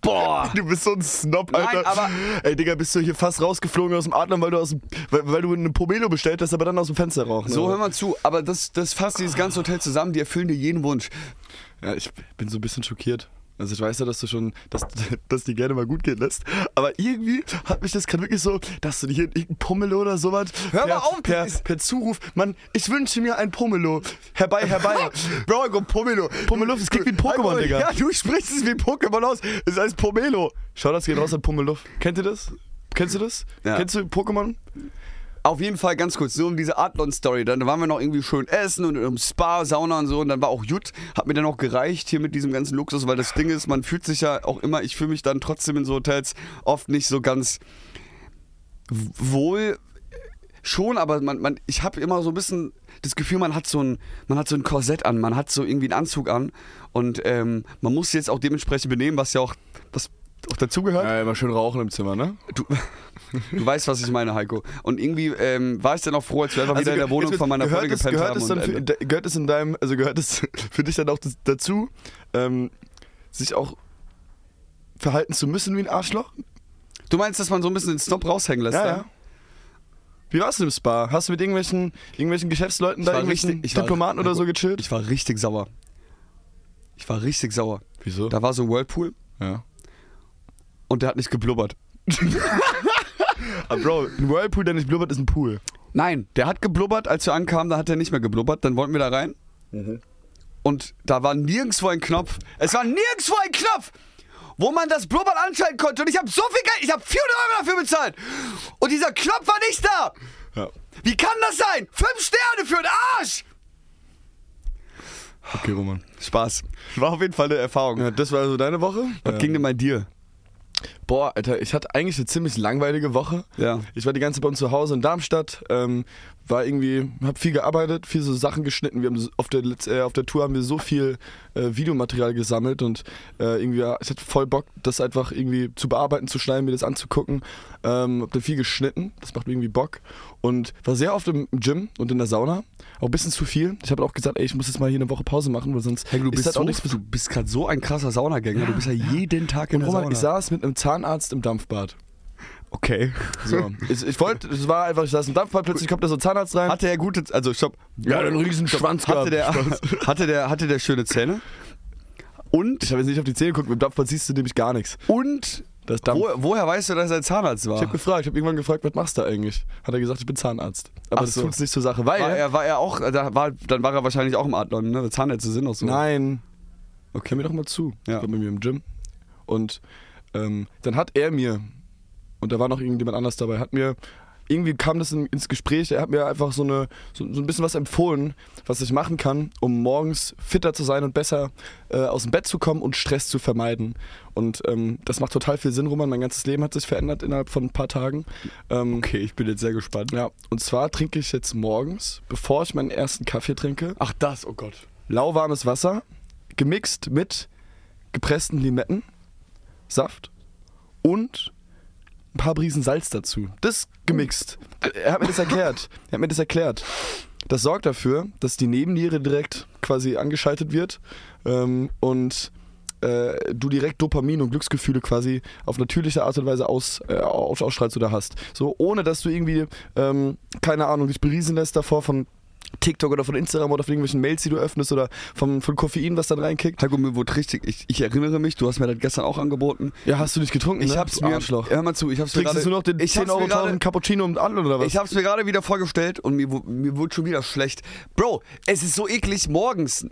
[SPEAKER 1] Boah!
[SPEAKER 2] Du bist so ein Snob,
[SPEAKER 1] Nein,
[SPEAKER 2] Alter.
[SPEAKER 1] aber-
[SPEAKER 2] Ey, Digga, bist du hier fast rausgeflogen aus dem Adler, weil du, aus dem, weil, weil du eine Pomelo bestellt hast, aber dann aus dem Fenster rauchen.
[SPEAKER 1] So, hör
[SPEAKER 2] oder?
[SPEAKER 1] mal zu, aber das, das fasst dieses ganze Hotel zusammen, die erfüllen dir jeden Wunsch.
[SPEAKER 2] Ja, ich bin so ein bisschen schockiert. Also ich weiß ja, dass du schon, dass, dass die gerne mal gut gehen lässt. Aber irgendwie hat mich das gerade wirklich so, dass du dir irgendein Pomelo oder sowas
[SPEAKER 1] Hör
[SPEAKER 2] per,
[SPEAKER 1] mal auf,
[SPEAKER 2] per,
[SPEAKER 1] das ist-
[SPEAKER 2] per Zuruf, Mann, ich wünsche mir ein Pomelo. Herbei, herbei. Bro, komm, Pomelo. Pomelo, das klingt wie ein Pokémon, Digga.
[SPEAKER 1] Ja, du sprichst es wie ein Pokémon aus.
[SPEAKER 2] Es heißt Pomelo. Schau, das geht raus an Pummeluff. Kennt ihr das? Kennst du das?
[SPEAKER 1] Ja.
[SPEAKER 2] Kennst du Pokémon?
[SPEAKER 1] Auf jeden Fall ganz kurz, nur um diese Adlon-Story. Dann waren wir noch irgendwie schön essen und im Spa, Sauna und so. Und dann war auch Jut, hat mir dann auch gereicht hier mit diesem ganzen Luxus, weil das Ding ist, man fühlt sich ja auch immer, ich fühle mich dann trotzdem in so Hotels oft nicht so ganz w- wohl. Schon, aber man, man, ich habe immer so ein bisschen das Gefühl, man hat so ein, man hat so ein Korsett an, man hat so irgendwie einen Anzug an und ähm, man muss sich jetzt auch dementsprechend benehmen, was ja auch, was auch dazugehört.
[SPEAKER 2] Ja, immer schön rauchen im Zimmer, ne?
[SPEAKER 1] Du, du weißt, was ich meine, Heiko. Und irgendwie ähm, war ich dann auch froh, als wir einfach
[SPEAKER 2] Also
[SPEAKER 1] wieder in der Wohnung von meiner Freundin
[SPEAKER 2] gehört es,
[SPEAKER 1] gepennt
[SPEAKER 2] gehört
[SPEAKER 1] haben.
[SPEAKER 2] es
[SPEAKER 1] und,
[SPEAKER 2] dann für,
[SPEAKER 1] äh,
[SPEAKER 2] de, gehört es in deinem, also gehört es für dich dann auch das, dazu, ähm, sich auch verhalten zu müssen wie ein Arschloch?
[SPEAKER 1] du meinst, dass man so ein bisschen den Snob raushängen lässt? dann?
[SPEAKER 2] Wie warst du im Spa? Hast du mit irgendwelchen, irgendwelchen Geschäftsleuten da,
[SPEAKER 1] war
[SPEAKER 2] irgendwelchen
[SPEAKER 1] richtig- ich war-
[SPEAKER 2] Diplomaten oder so gechillt?
[SPEAKER 1] Ich war richtig sauer. Ich war richtig sauer.
[SPEAKER 2] Wieso?
[SPEAKER 1] Da war so ein Whirlpool
[SPEAKER 2] ja.
[SPEAKER 1] und der hat nicht geblubbert.
[SPEAKER 2] Aber Ah, Bro, ein Whirlpool, der nicht blubbert, ist ein Pool.
[SPEAKER 1] Nein, der hat geblubbert, als wir ankamen, da hat er nicht mehr geblubbert. Dann wollten wir da rein. Mhm. Und da war nirgendwo ein Knopf. Es war nirgendwo ein Knopf, wo man das Blubbern anschalten konnte. Und ich habe so viel Geld, ich habe 400 Euro dafür bezahlt. Und dieser Knopf war nicht da.
[SPEAKER 2] Ja.
[SPEAKER 1] Wie kann das sein? Fünf Sterne für den Arsch!
[SPEAKER 2] Okay, Roman.
[SPEAKER 1] Spaß. War auf jeden Fall eine Erfahrung.
[SPEAKER 2] Ja, das war so deine Woche?
[SPEAKER 1] Was
[SPEAKER 2] ja.
[SPEAKER 1] ging denn bei dir?
[SPEAKER 2] Boah, Alter, ich hatte eigentlich eine ziemlich langweilige Woche.
[SPEAKER 1] Ja.
[SPEAKER 2] Ich war die ganze Zeit bei uns zu Hause in Darmstadt, ähm, war irgendwie, hab viel gearbeitet, viel so Sachen geschnitten. Wir haben so- auf der, Letz- äh, auf der Tour haben wir so viel äh, Videomaterial gesammelt und äh, irgendwie, ja, ich hatte voll Bock, das einfach irgendwie zu bearbeiten, zu schneiden, mir das anzugucken. Ähm, hab dann viel geschnitten, das macht mir irgendwie Bock. Und war sehr oft im Gym und in der Sauna, auch ein bisschen zu viel. Ich habe auch gesagt, ey, ich muss jetzt mal hier eine Woche Pause machen, weil sonst
[SPEAKER 1] Hey, du
[SPEAKER 2] ist
[SPEAKER 1] bist,
[SPEAKER 2] das
[SPEAKER 1] so,
[SPEAKER 2] auch nichts
[SPEAKER 1] du bist gerade so ein krasser Saunagänger. Du bist ja jeden Tag in
[SPEAKER 2] Und
[SPEAKER 1] der
[SPEAKER 2] Roman,
[SPEAKER 1] Sauna.
[SPEAKER 2] ich saß mit einem Zahnarzt im Dampfbad.
[SPEAKER 1] okay.
[SPEAKER 2] So. ich ich wollte, es war einfach, ich saß im Dampfbad, plötzlich kommt da so ein Zahnarzt rein.
[SPEAKER 1] Hatte er gute, also stopp.
[SPEAKER 2] Ja, der hat einen riesen Schwanz
[SPEAKER 1] hatte der,
[SPEAKER 2] gehabt.
[SPEAKER 1] hatte der, hatte der schöne Zähne? Und,
[SPEAKER 2] ich habe jetzt nicht auf die Zähne geguckt, im Dampfbad siehst du nämlich gar nichts.
[SPEAKER 1] und,
[SPEAKER 2] Das Dampf.
[SPEAKER 1] wo, woher weißt du, dass er Zahnarzt war?
[SPEAKER 2] Ich habe gefragt, ich habe irgendwann gefragt, was machst du eigentlich? Hat er gesagt, ich bin Zahnarzt. Aber
[SPEAKER 1] Ach
[SPEAKER 2] das
[SPEAKER 1] so.
[SPEAKER 2] tut's nicht zur Sache, weil.
[SPEAKER 1] war er, war er auch, da war, dann war er wahrscheinlich auch im Adlon, ne? Zahnärzte sind auch so.
[SPEAKER 2] Nein. Okay, hör mir doch mal zu.
[SPEAKER 1] Ja.
[SPEAKER 2] Ich war mit mir im Gym. Und ähm, dann hat er mir, und da war noch irgendjemand anders dabei, hat mir, irgendwie kam das in, ins Gespräch, er hat mir einfach so, eine, so, so ein bisschen was empfohlen, was ich machen kann, um morgens fitter zu sein und besser äh, aus dem Bett zu kommen und Stress zu vermeiden. Und ähm, das macht total viel Sinn, Roman. Mein ganzes Leben hat sich verändert innerhalb von ein paar Tagen. Ähm,
[SPEAKER 1] Okay, ich bin jetzt sehr gespannt.
[SPEAKER 2] Ja, und zwar trinke ich jetzt morgens, bevor ich meinen ersten Kaffee trinke,
[SPEAKER 1] Ach, das, oh Gott.
[SPEAKER 2] lauwarmes Wasser, gemixt mit gepressten Limetten, Saft und ein paar Briesen Salz dazu. Das gemixt. Er hat mir das erklärt. Er hat mir das erklärt. Das sorgt dafür, dass die Nebenniere direkt quasi angeschaltet wird ähm, und äh, du direkt Dopamin und Glücksgefühle quasi auf natürliche Art und Weise aus, äh, aus, ausstrahlst oder hast. So, ohne dass du irgendwie, ähm, keine Ahnung, dich beriesen lässt davor von TikTok oder von Instagram oder von irgendwelchen Mails, die du öffnest oder vom, von Koffein, was dann reinkickt.
[SPEAKER 1] Heiko, mir wurde richtig, ich, ich erinnere mich, du hast mir das gestern auch angeboten.
[SPEAKER 2] Ja, hast du nicht getrunken?
[SPEAKER 1] Ich
[SPEAKER 2] ne?
[SPEAKER 1] hab's
[SPEAKER 2] du
[SPEAKER 1] mir.
[SPEAKER 2] Arschloch.
[SPEAKER 1] Hör mal zu, ich hab's mir
[SPEAKER 2] Trinkst
[SPEAKER 1] gerade.
[SPEAKER 2] jetzt nur noch den
[SPEAKER 1] ich
[SPEAKER 2] 10
[SPEAKER 1] hab's
[SPEAKER 2] Euro
[SPEAKER 1] mir gerade-
[SPEAKER 2] teuren Cappuccino und an oder was?
[SPEAKER 1] Ich hab's mir gerade wieder vorgestellt und mir, wu- mir wurde schon wieder schlecht. Bro, es ist so eklig morgens.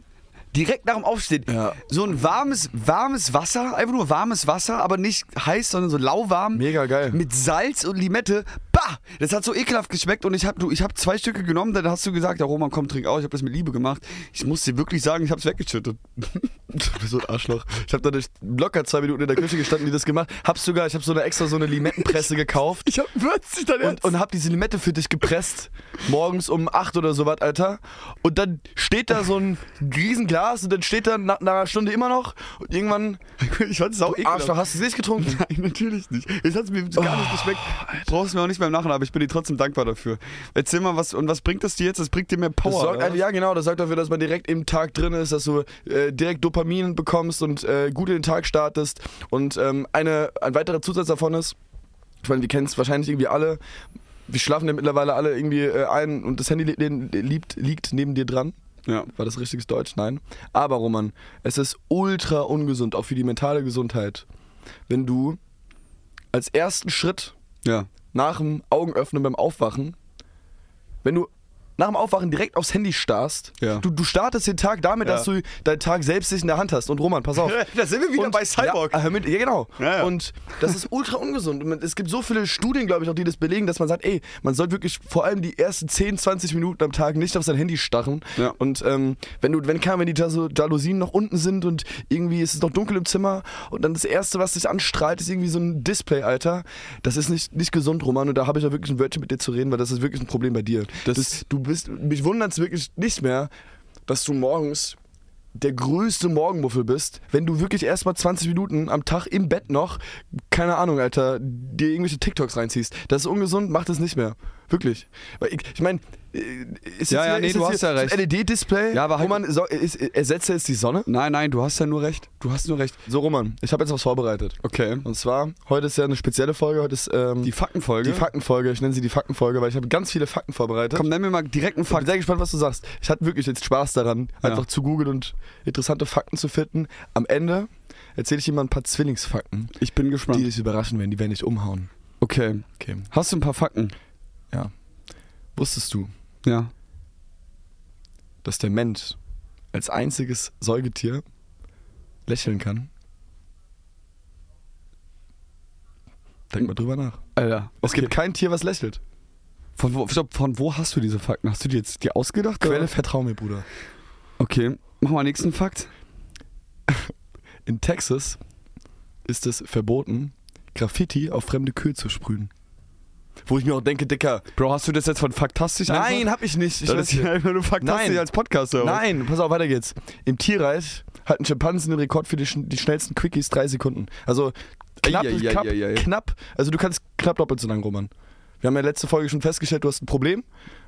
[SPEAKER 1] Direkt nach dem Aufstehen.
[SPEAKER 2] Ja.
[SPEAKER 1] So ein warmes, warmes Wasser, einfach nur warmes Wasser, aber nicht heiß, sondern so lauwarm.
[SPEAKER 2] Mega geil.
[SPEAKER 1] Mit Salz und Limette. Bah! Bah! Das hat so ekelhaft geschmeckt und ich habe ich hab zwei Stücke genommen, dann hast du gesagt, ja, Roman, komm, trink auch. Ich habe das mit Liebe gemacht. Ich muss dir wirklich sagen, ich habe es weggeschüttet.
[SPEAKER 2] Du bist so ein Arschloch. Ich habe da nicht locker zwei Minuten in der Küche gestanden, die das gemacht. Hab sogar, ich habe so eine extra so eine Limettenpresse gekauft
[SPEAKER 1] Ich habe plötzlich dann
[SPEAKER 2] und, und hab diese Limette für dich gepresst. Morgens um 8 oder sowas, Alter. Und dann steht da so ein Riesenglas und dann steht da nach einer Stunde immer noch und irgendwann,
[SPEAKER 1] ich fand's sau ekelhaft.
[SPEAKER 2] Arschloch, hast du es nicht getrunken?
[SPEAKER 1] Nein, natürlich nicht. Es hat mir gar nicht geschmeckt. Brauchst mir auch nicht mehr im Nachhinein, aber ich bin dir trotzdem dankbar dafür. Erzähl mal, was und was bringt das dir jetzt? Das bringt dir mehr
[SPEAKER 2] Das
[SPEAKER 1] Power.
[SPEAKER 2] sorgt,
[SPEAKER 1] oder?
[SPEAKER 2] einfach- ja, genau, das sorgt dafür, dass man direkt im Tag drin ist, dass du äh, direkt Dopamin bekommst und äh, gut in den Tag startest. Und ähm, eine, ein weiterer Zusatz davon ist, ich meine, wir kennen es wahrscheinlich irgendwie alle, wir schlafen ja mittlerweile alle irgendwie äh, ein und das Handy li li liebt, liegt neben dir dran.
[SPEAKER 1] ja.
[SPEAKER 2] War das richtiges Deutsch? Nein. Aber Roman, es ist ultra ungesund, auch für die mentale Gesundheit, wenn du als ersten Schritt
[SPEAKER 1] ja.
[SPEAKER 2] nach dem Augenöffnen beim Aufwachen, wenn du nach dem Aufwachen direkt aufs Handy starrst,
[SPEAKER 1] Ja.
[SPEAKER 2] du, du startest den Tag damit,
[SPEAKER 1] Ja.
[SPEAKER 2] dass du deinen Tag selbst nicht in der Hand hast. Und Roman, pass auf.
[SPEAKER 1] Da sind wir wieder
[SPEAKER 2] Und-
[SPEAKER 1] bei Cyborg.
[SPEAKER 2] Ja, hör mit, ja genau.
[SPEAKER 1] Ja, ja.
[SPEAKER 2] Und das ist ultra ungesund. Und man- es gibt so viele Studien, glaube ich, auch die das belegen, dass man sagt, ey, man sollte wirklich vor allem die ersten 10, 20 Minuten am Tag nicht auf sein Handy starren.
[SPEAKER 1] Ja.
[SPEAKER 2] Und ähm, wenn du, wenn kann, wenn die Jaso- Jalousien noch unten sind und irgendwie ist es noch dunkel im Zimmer und dann das Erste, was dich anstrahlt, ist irgendwie so ein Display, Alter. Das ist nicht, nicht gesund, Roman. Und da habe ich ja wirklich ein Wörtchen mit dir zu reden, weil das ist wirklich ein Problem bei dir.
[SPEAKER 1] Das-
[SPEAKER 2] du bist, mich wundert es wirklich nicht mehr, dass du morgens der größte Morgenmuffel bist, wenn du wirklich erstmal 20 Minuten am Tag im Bett noch, keine Ahnung, Alter, dir irgendwelche TikToks reinziehst. Das ist ungesund, mach das nicht mehr. Wirklich. Weil ich, ich meine, ist
[SPEAKER 1] Ja,
[SPEAKER 2] jetzt
[SPEAKER 1] ja,
[SPEAKER 2] hier,
[SPEAKER 1] nee,
[SPEAKER 2] ist
[SPEAKER 1] du
[SPEAKER 2] jetzt
[SPEAKER 1] hast
[SPEAKER 2] hier
[SPEAKER 1] ja
[SPEAKER 2] so
[SPEAKER 1] recht.
[SPEAKER 2] ein LED-Display,
[SPEAKER 1] Ja, aber halt-
[SPEAKER 2] Roman, so, ist, ersetzt jetzt die Sonne?
[SPEAKER 1] Nein, nein, du hast ja nur recht. Du hast nur recht.
[SPEAKER 2] So, Roman, ich habe jetzt was vorbereitet.
[SPEAKER 1] Okay.
[SPEAKER 2] Und zwar, heute ist ja eine spezielle Folge, heute ist ähm,
[SPEAKER 1] Die Faktenfolge.
[SPEAKER 2] die Faktenfolge, ich nenne sie die Faktenfolge, weil ich habe ganz viele Fakten vorbereitet.
[SPEAKER 1] Komm, nenn mir mal direkt einen
[SPEAKER 2] Ich bin
[SPEAKER 1] Fakt.
[SPEAKER 2] sehr gespannt, was du sagst. Ich hatte wirklich jetzt Spaß daran,
[SPEAKER 1] Ja.
[SPEAKER 2] einfach zu googeln und interessante Fakten zu finden. Am Ende erzähle ich dir mal ein paar Zwillingsfakten,
[SPEAKER 1] Ich bin gespannt.
[SPEAKER 2] die dich überraschen werden, die werden dich umhauen.
[SPEAKER 1] okay.
[SPEAKER 2] Okay.
[SPEAKER 1] Hast du ein paar Fakten?
[SPEAKER 2] Wusstest du,
[SPEAKER 1] Ja.
[SPEAKER 2] dass der Mensch als einziges Säugetier lächeln kann? Denk mal drüber nach.
[SPEAKER 1] Alter.
[SPEAKER 2] Es gibt kein Tier, was lächelt.
[SPEAKER 1] Von wo, stopp, von wo hast du diese Fakten? Hast du die jetzt dir ausgedacht?
[SPEAKER 2] Quelle,
[SPEAKER 1] oder?
[SPEAKER 2] vertrau mir, Bruder.
[SPEAKER 1] Okay. Mach mal nächsten Fakt.
[SPEAKER 2] In Texas ist es verboten, Graffiti auf fremde Kühe zu sprühen. Wo ich mir auch denke, Dicker,
[SPEAKER 1] Bro, hast du das jetzt von faktastisch
[SPEAKER 2] Nein, hab ich nicht. Ich
[SPEAKER 1] das ist
[SPEAKER 2] weiß
[SPEAKER 1] ja
[SPEAKER 2] nicht.
[SPEAKER 1] einfach nur faktastisch
[SPEAKER 2] Nein.
[SPEAKER 1] als Podcast. oder was?
[SPEAKER 2] Nein, pass auf, weiter geht's. Im Tierreich hatten Schimpansen den Rekord für die, schn- die schnellsten Quickies drei Sekunden. Also knapp,
[SPEAKER 1] Eieieiei.
[SPEAKER 2] knapp, knapp. Also du kannst knapp doppelt so lang rummern. Wir haben ja letzte Folge schon festgestellt, du hast ein Problem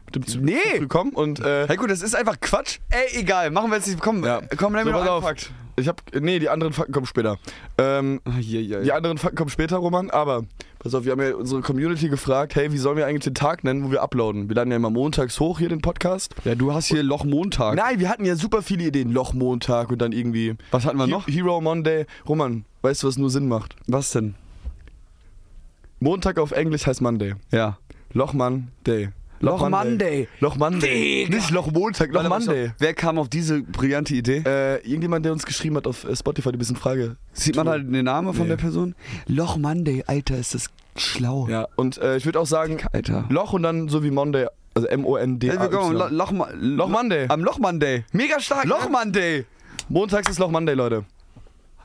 [SPEAKER 2] mit dem zu,
[SPEAKER 1] Nee.
[SPEAKER 2] zu früh kommen und äh,
[SPEAKER 1] Heiko, das ist einfach Quatsch. Ey, egal, machen wir jetzt nicht. Komm,
[SPEAKER 2] Ja.
[SPEAKER 1] äh, komm, nenn
[SPEAKER 2] So,
[SPEAKER 1] mir
[SPEAKER 2] pass
[SPEAKER 1] noch einen
[SPEAKER 2] auf.
[SPEAKER 1] Fakt.
[SPEAKER 2] ich hab nee, die anderen Fakten kommen später. Ähm,
[SPEAKER 1] Ah,
[SPEAKER 2] die anderen Fakten kommen später, Roman, aber pass auf, wir haben ja unsere Community gefragt, hey, wie sollen wir eigentlich den Tag nennen, wo wir uploaden? Wir laden ja immer montags hoch hier den Podcast.
[SPEAKER 1] Ja, du hast hier Loch Montag.
[SPEAKER 2] Nein, wir hatten ja super viele Ideen. Lochmontag und dann irgendwie.
[SPEAKER 1] Was hatten wir
[SPEAKER 2] He-
[SPEAKER 1] noch?
[SPEAKER 2] Hero Monday. Roman, weißt du, was nur Sinn macht?
[SPEAKER 1] Was denn?
[SPEAKER 2] Montag auf Englisch heißt Monday.
[SPEAKER 1] Ja.
[SPEAKER 2] Lochmann Day.
[SPEAKER 1] Loch Monday.
[SPEAKER 2] Loch Monday.
[SPEAKER 1] Digga.
[SPEAKER 2] Nicht Lochmontag, Loch
[SPEAKER 1] Warte, warte,
[SPEAKER 2] Monday.
[SPEAKER 1] stopp. Wer kam auf diese brillante Idee?
[SPEAKER 2] Äh, irgendjemand, der uns geschrieben hat auf äh, Spotify, die bisschen Frage.
[SPEAKER 1] Sieht man halt den Namen von
[SPEAKER 2] Nee.
[SPEAKER 1] der Person? Loch Monday, Alter, ist das schlau.
[SPEAKER 2] Ja, und äh, ich würde auch sagen,
[SPEAKER 1] Alter.
[SPEAKER 2] Loch und dann so wie Monday. Also M-O-N-D.
[SPEAKER 1] Hey, wir kommen, Lo- ne? Loch, Mo-
[SPEAKER 2] Loch Monday.
[SPEAKER 1] Am Loch Monday.
[SPEAKER 2] Mega stark.
[SPEAKER 1] Loch
[SPEAKER 2] Loch
[SPEAKER 1] Monday.
[SPEAKER 2] Montags ist Loch Monday, Leute.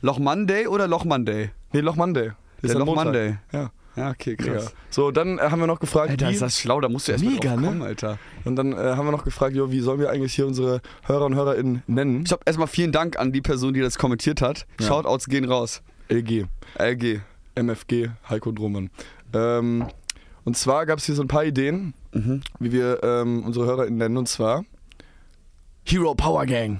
[SPEAKER 1] Loch Monday oder Loch Monday?
[SPEAKER 2] Nee, Loch Monday.
[SPEAKER 1] Ja,
[SPEAKER 2] am
[SPEAKER 1] Loch
[SPEAKER 2] Montag.
[SPEAKER 1] Monday.
[SPEAKER 2] Ja,
[SPEAKER 1] Ja, okay,
[SPEAKER 2] mega. So, dann äh, haben wir noch gefragt,
[SPEAKER 1] Alter,
[SPEAKER 2] wie,
[SPEAKER 1] ist das schlau, da musst du erst mal
[SPEAKER 2] Mega,
[SPEAKER 1] drauf
[SPEAKER 2] ne?
[SPEAKER 1] kommen, Alter.
[SPEAKER 2] Und dann äh, haben wir noch gefragt, jo, wie sollen wir eigentlich hier unsere Hörer und HörerInnen nennen?
[SPEAKER 1] Ich hab erstmal vielen Dank an die Person, die das kommentiert hat.
[SPEAKER 2] Ja.
[SPEAKER 1] Shoutouts gehen raus.
[SPEAKER 2] LG,
[SPEAKER 1] LG.
[SPEAKER 2] MFG, Heiko und Roman. Ähm, und zwar gab es hier so ein paar Ideen,
[SPEAKER 1] Mhm.
[SPEAKER 2] wie wir ähm, unsere HörerInnen nennen. Und zwar Hero Power Gang.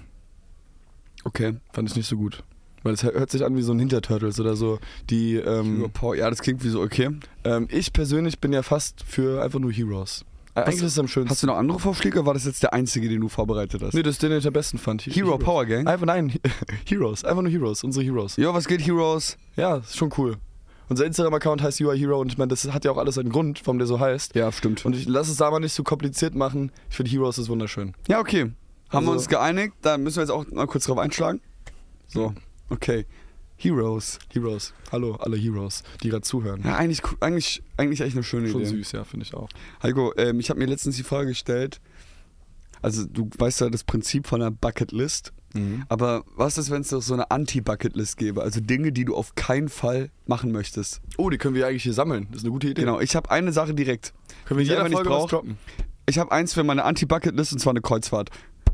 [SPEAKER 1] Okay.
[SPEAKER 2] Fand ich nicht so gut. Weil es hör- hört sich an wie so ein Hinterturtles oder so. Die, ähm,
[SPEAKER 1] Überpower- Ja, das klingt wie so, okay.
[SPEAKER 2] ähm, ich persönlich bin ja fast für einfach nur Heroes. Äh, Eigentlich ist es am schönsten.
[SPEAKER 1] Hast du noch andere Vorschläge oder war das jetzt der einzige, den du vorbereitet hast?
[SPEAKER 2] nee, das ist den, den ich am besten fand. He-
[SPEAKER 1] Hero
[SPEAKER 2] Heroes.
[SPEAKER 1] Power Gang?
[SPEAKER 2] Einfach nein, Heroes. Einfach nur Heroes, unsere Heroes.
[SPEAKER 1] Jo, was geht, Heroes?
[SPEAKER 2] Ja, ist schon cool. Unser Instagram-Account heißt You Are Hero und ich meine, das hat ja auch alles einen Grund, warum der so heißt.
[SPEAKER 1] Ja, stimmt.
[SPEAKER 2] Und ich lasse es da mal nicht so kompliziert machen. Ich finde Heroes ist wunderschön.
[SPEAKER 1] ja, okay. Haben wir
[SPEAKER 2] Also-
[SPEAKER 1] Mhm. uns geeinigt, da müssen wir jetzt auch mal kurz drauf einschlagen. So, okay. Heroes.
[SPEAKER 2] Heroes. Hallo, alle Heroes, die gerade zuhören.
[SPEAKER 1] Ja, eigentlich, cool- eigentlich, eigentlich echt eine schöne
[SPEAKER 2] Schon
[SPEAKER 1] Idee.
[SPEAKER 2] süß, ja, finde ich auch.
[SPEAKER 1] Heiko, ähm, ich habe mir letztens die Frage gestellt, also du weißt ja das Prinzip von einer Bucketlist,
[SPEAKER 2] Mhm.
[SPEAKER 1] aber was ist, wenn es doch so eine Anti-Bucketlist gäbe, also Dinge, die du auf keinen Fall machen möchtest?
[SPEAKER 2] Oh, die können wir eigentlich hier sammeln. Das ist eine gute Idee.
[SPEAKER 1] Genau, ich habe eine Sache direkt.
[SPEAKER 2] Können wir in
[SPEAKER 1] Die
[SPEAKER 2] jeder
[SPEAKER 1] einfach
[SPEAKER 2] Folge
[SPEAKER 1] nicht
[SPEAKER 2] was
[SPEAKER 1] braucht.
[SPEAKER 2] droppen.
[SPEAKER 1] Ich habe eins für meine Anti-Bucketlist und zwar eine Kreuzfahrt.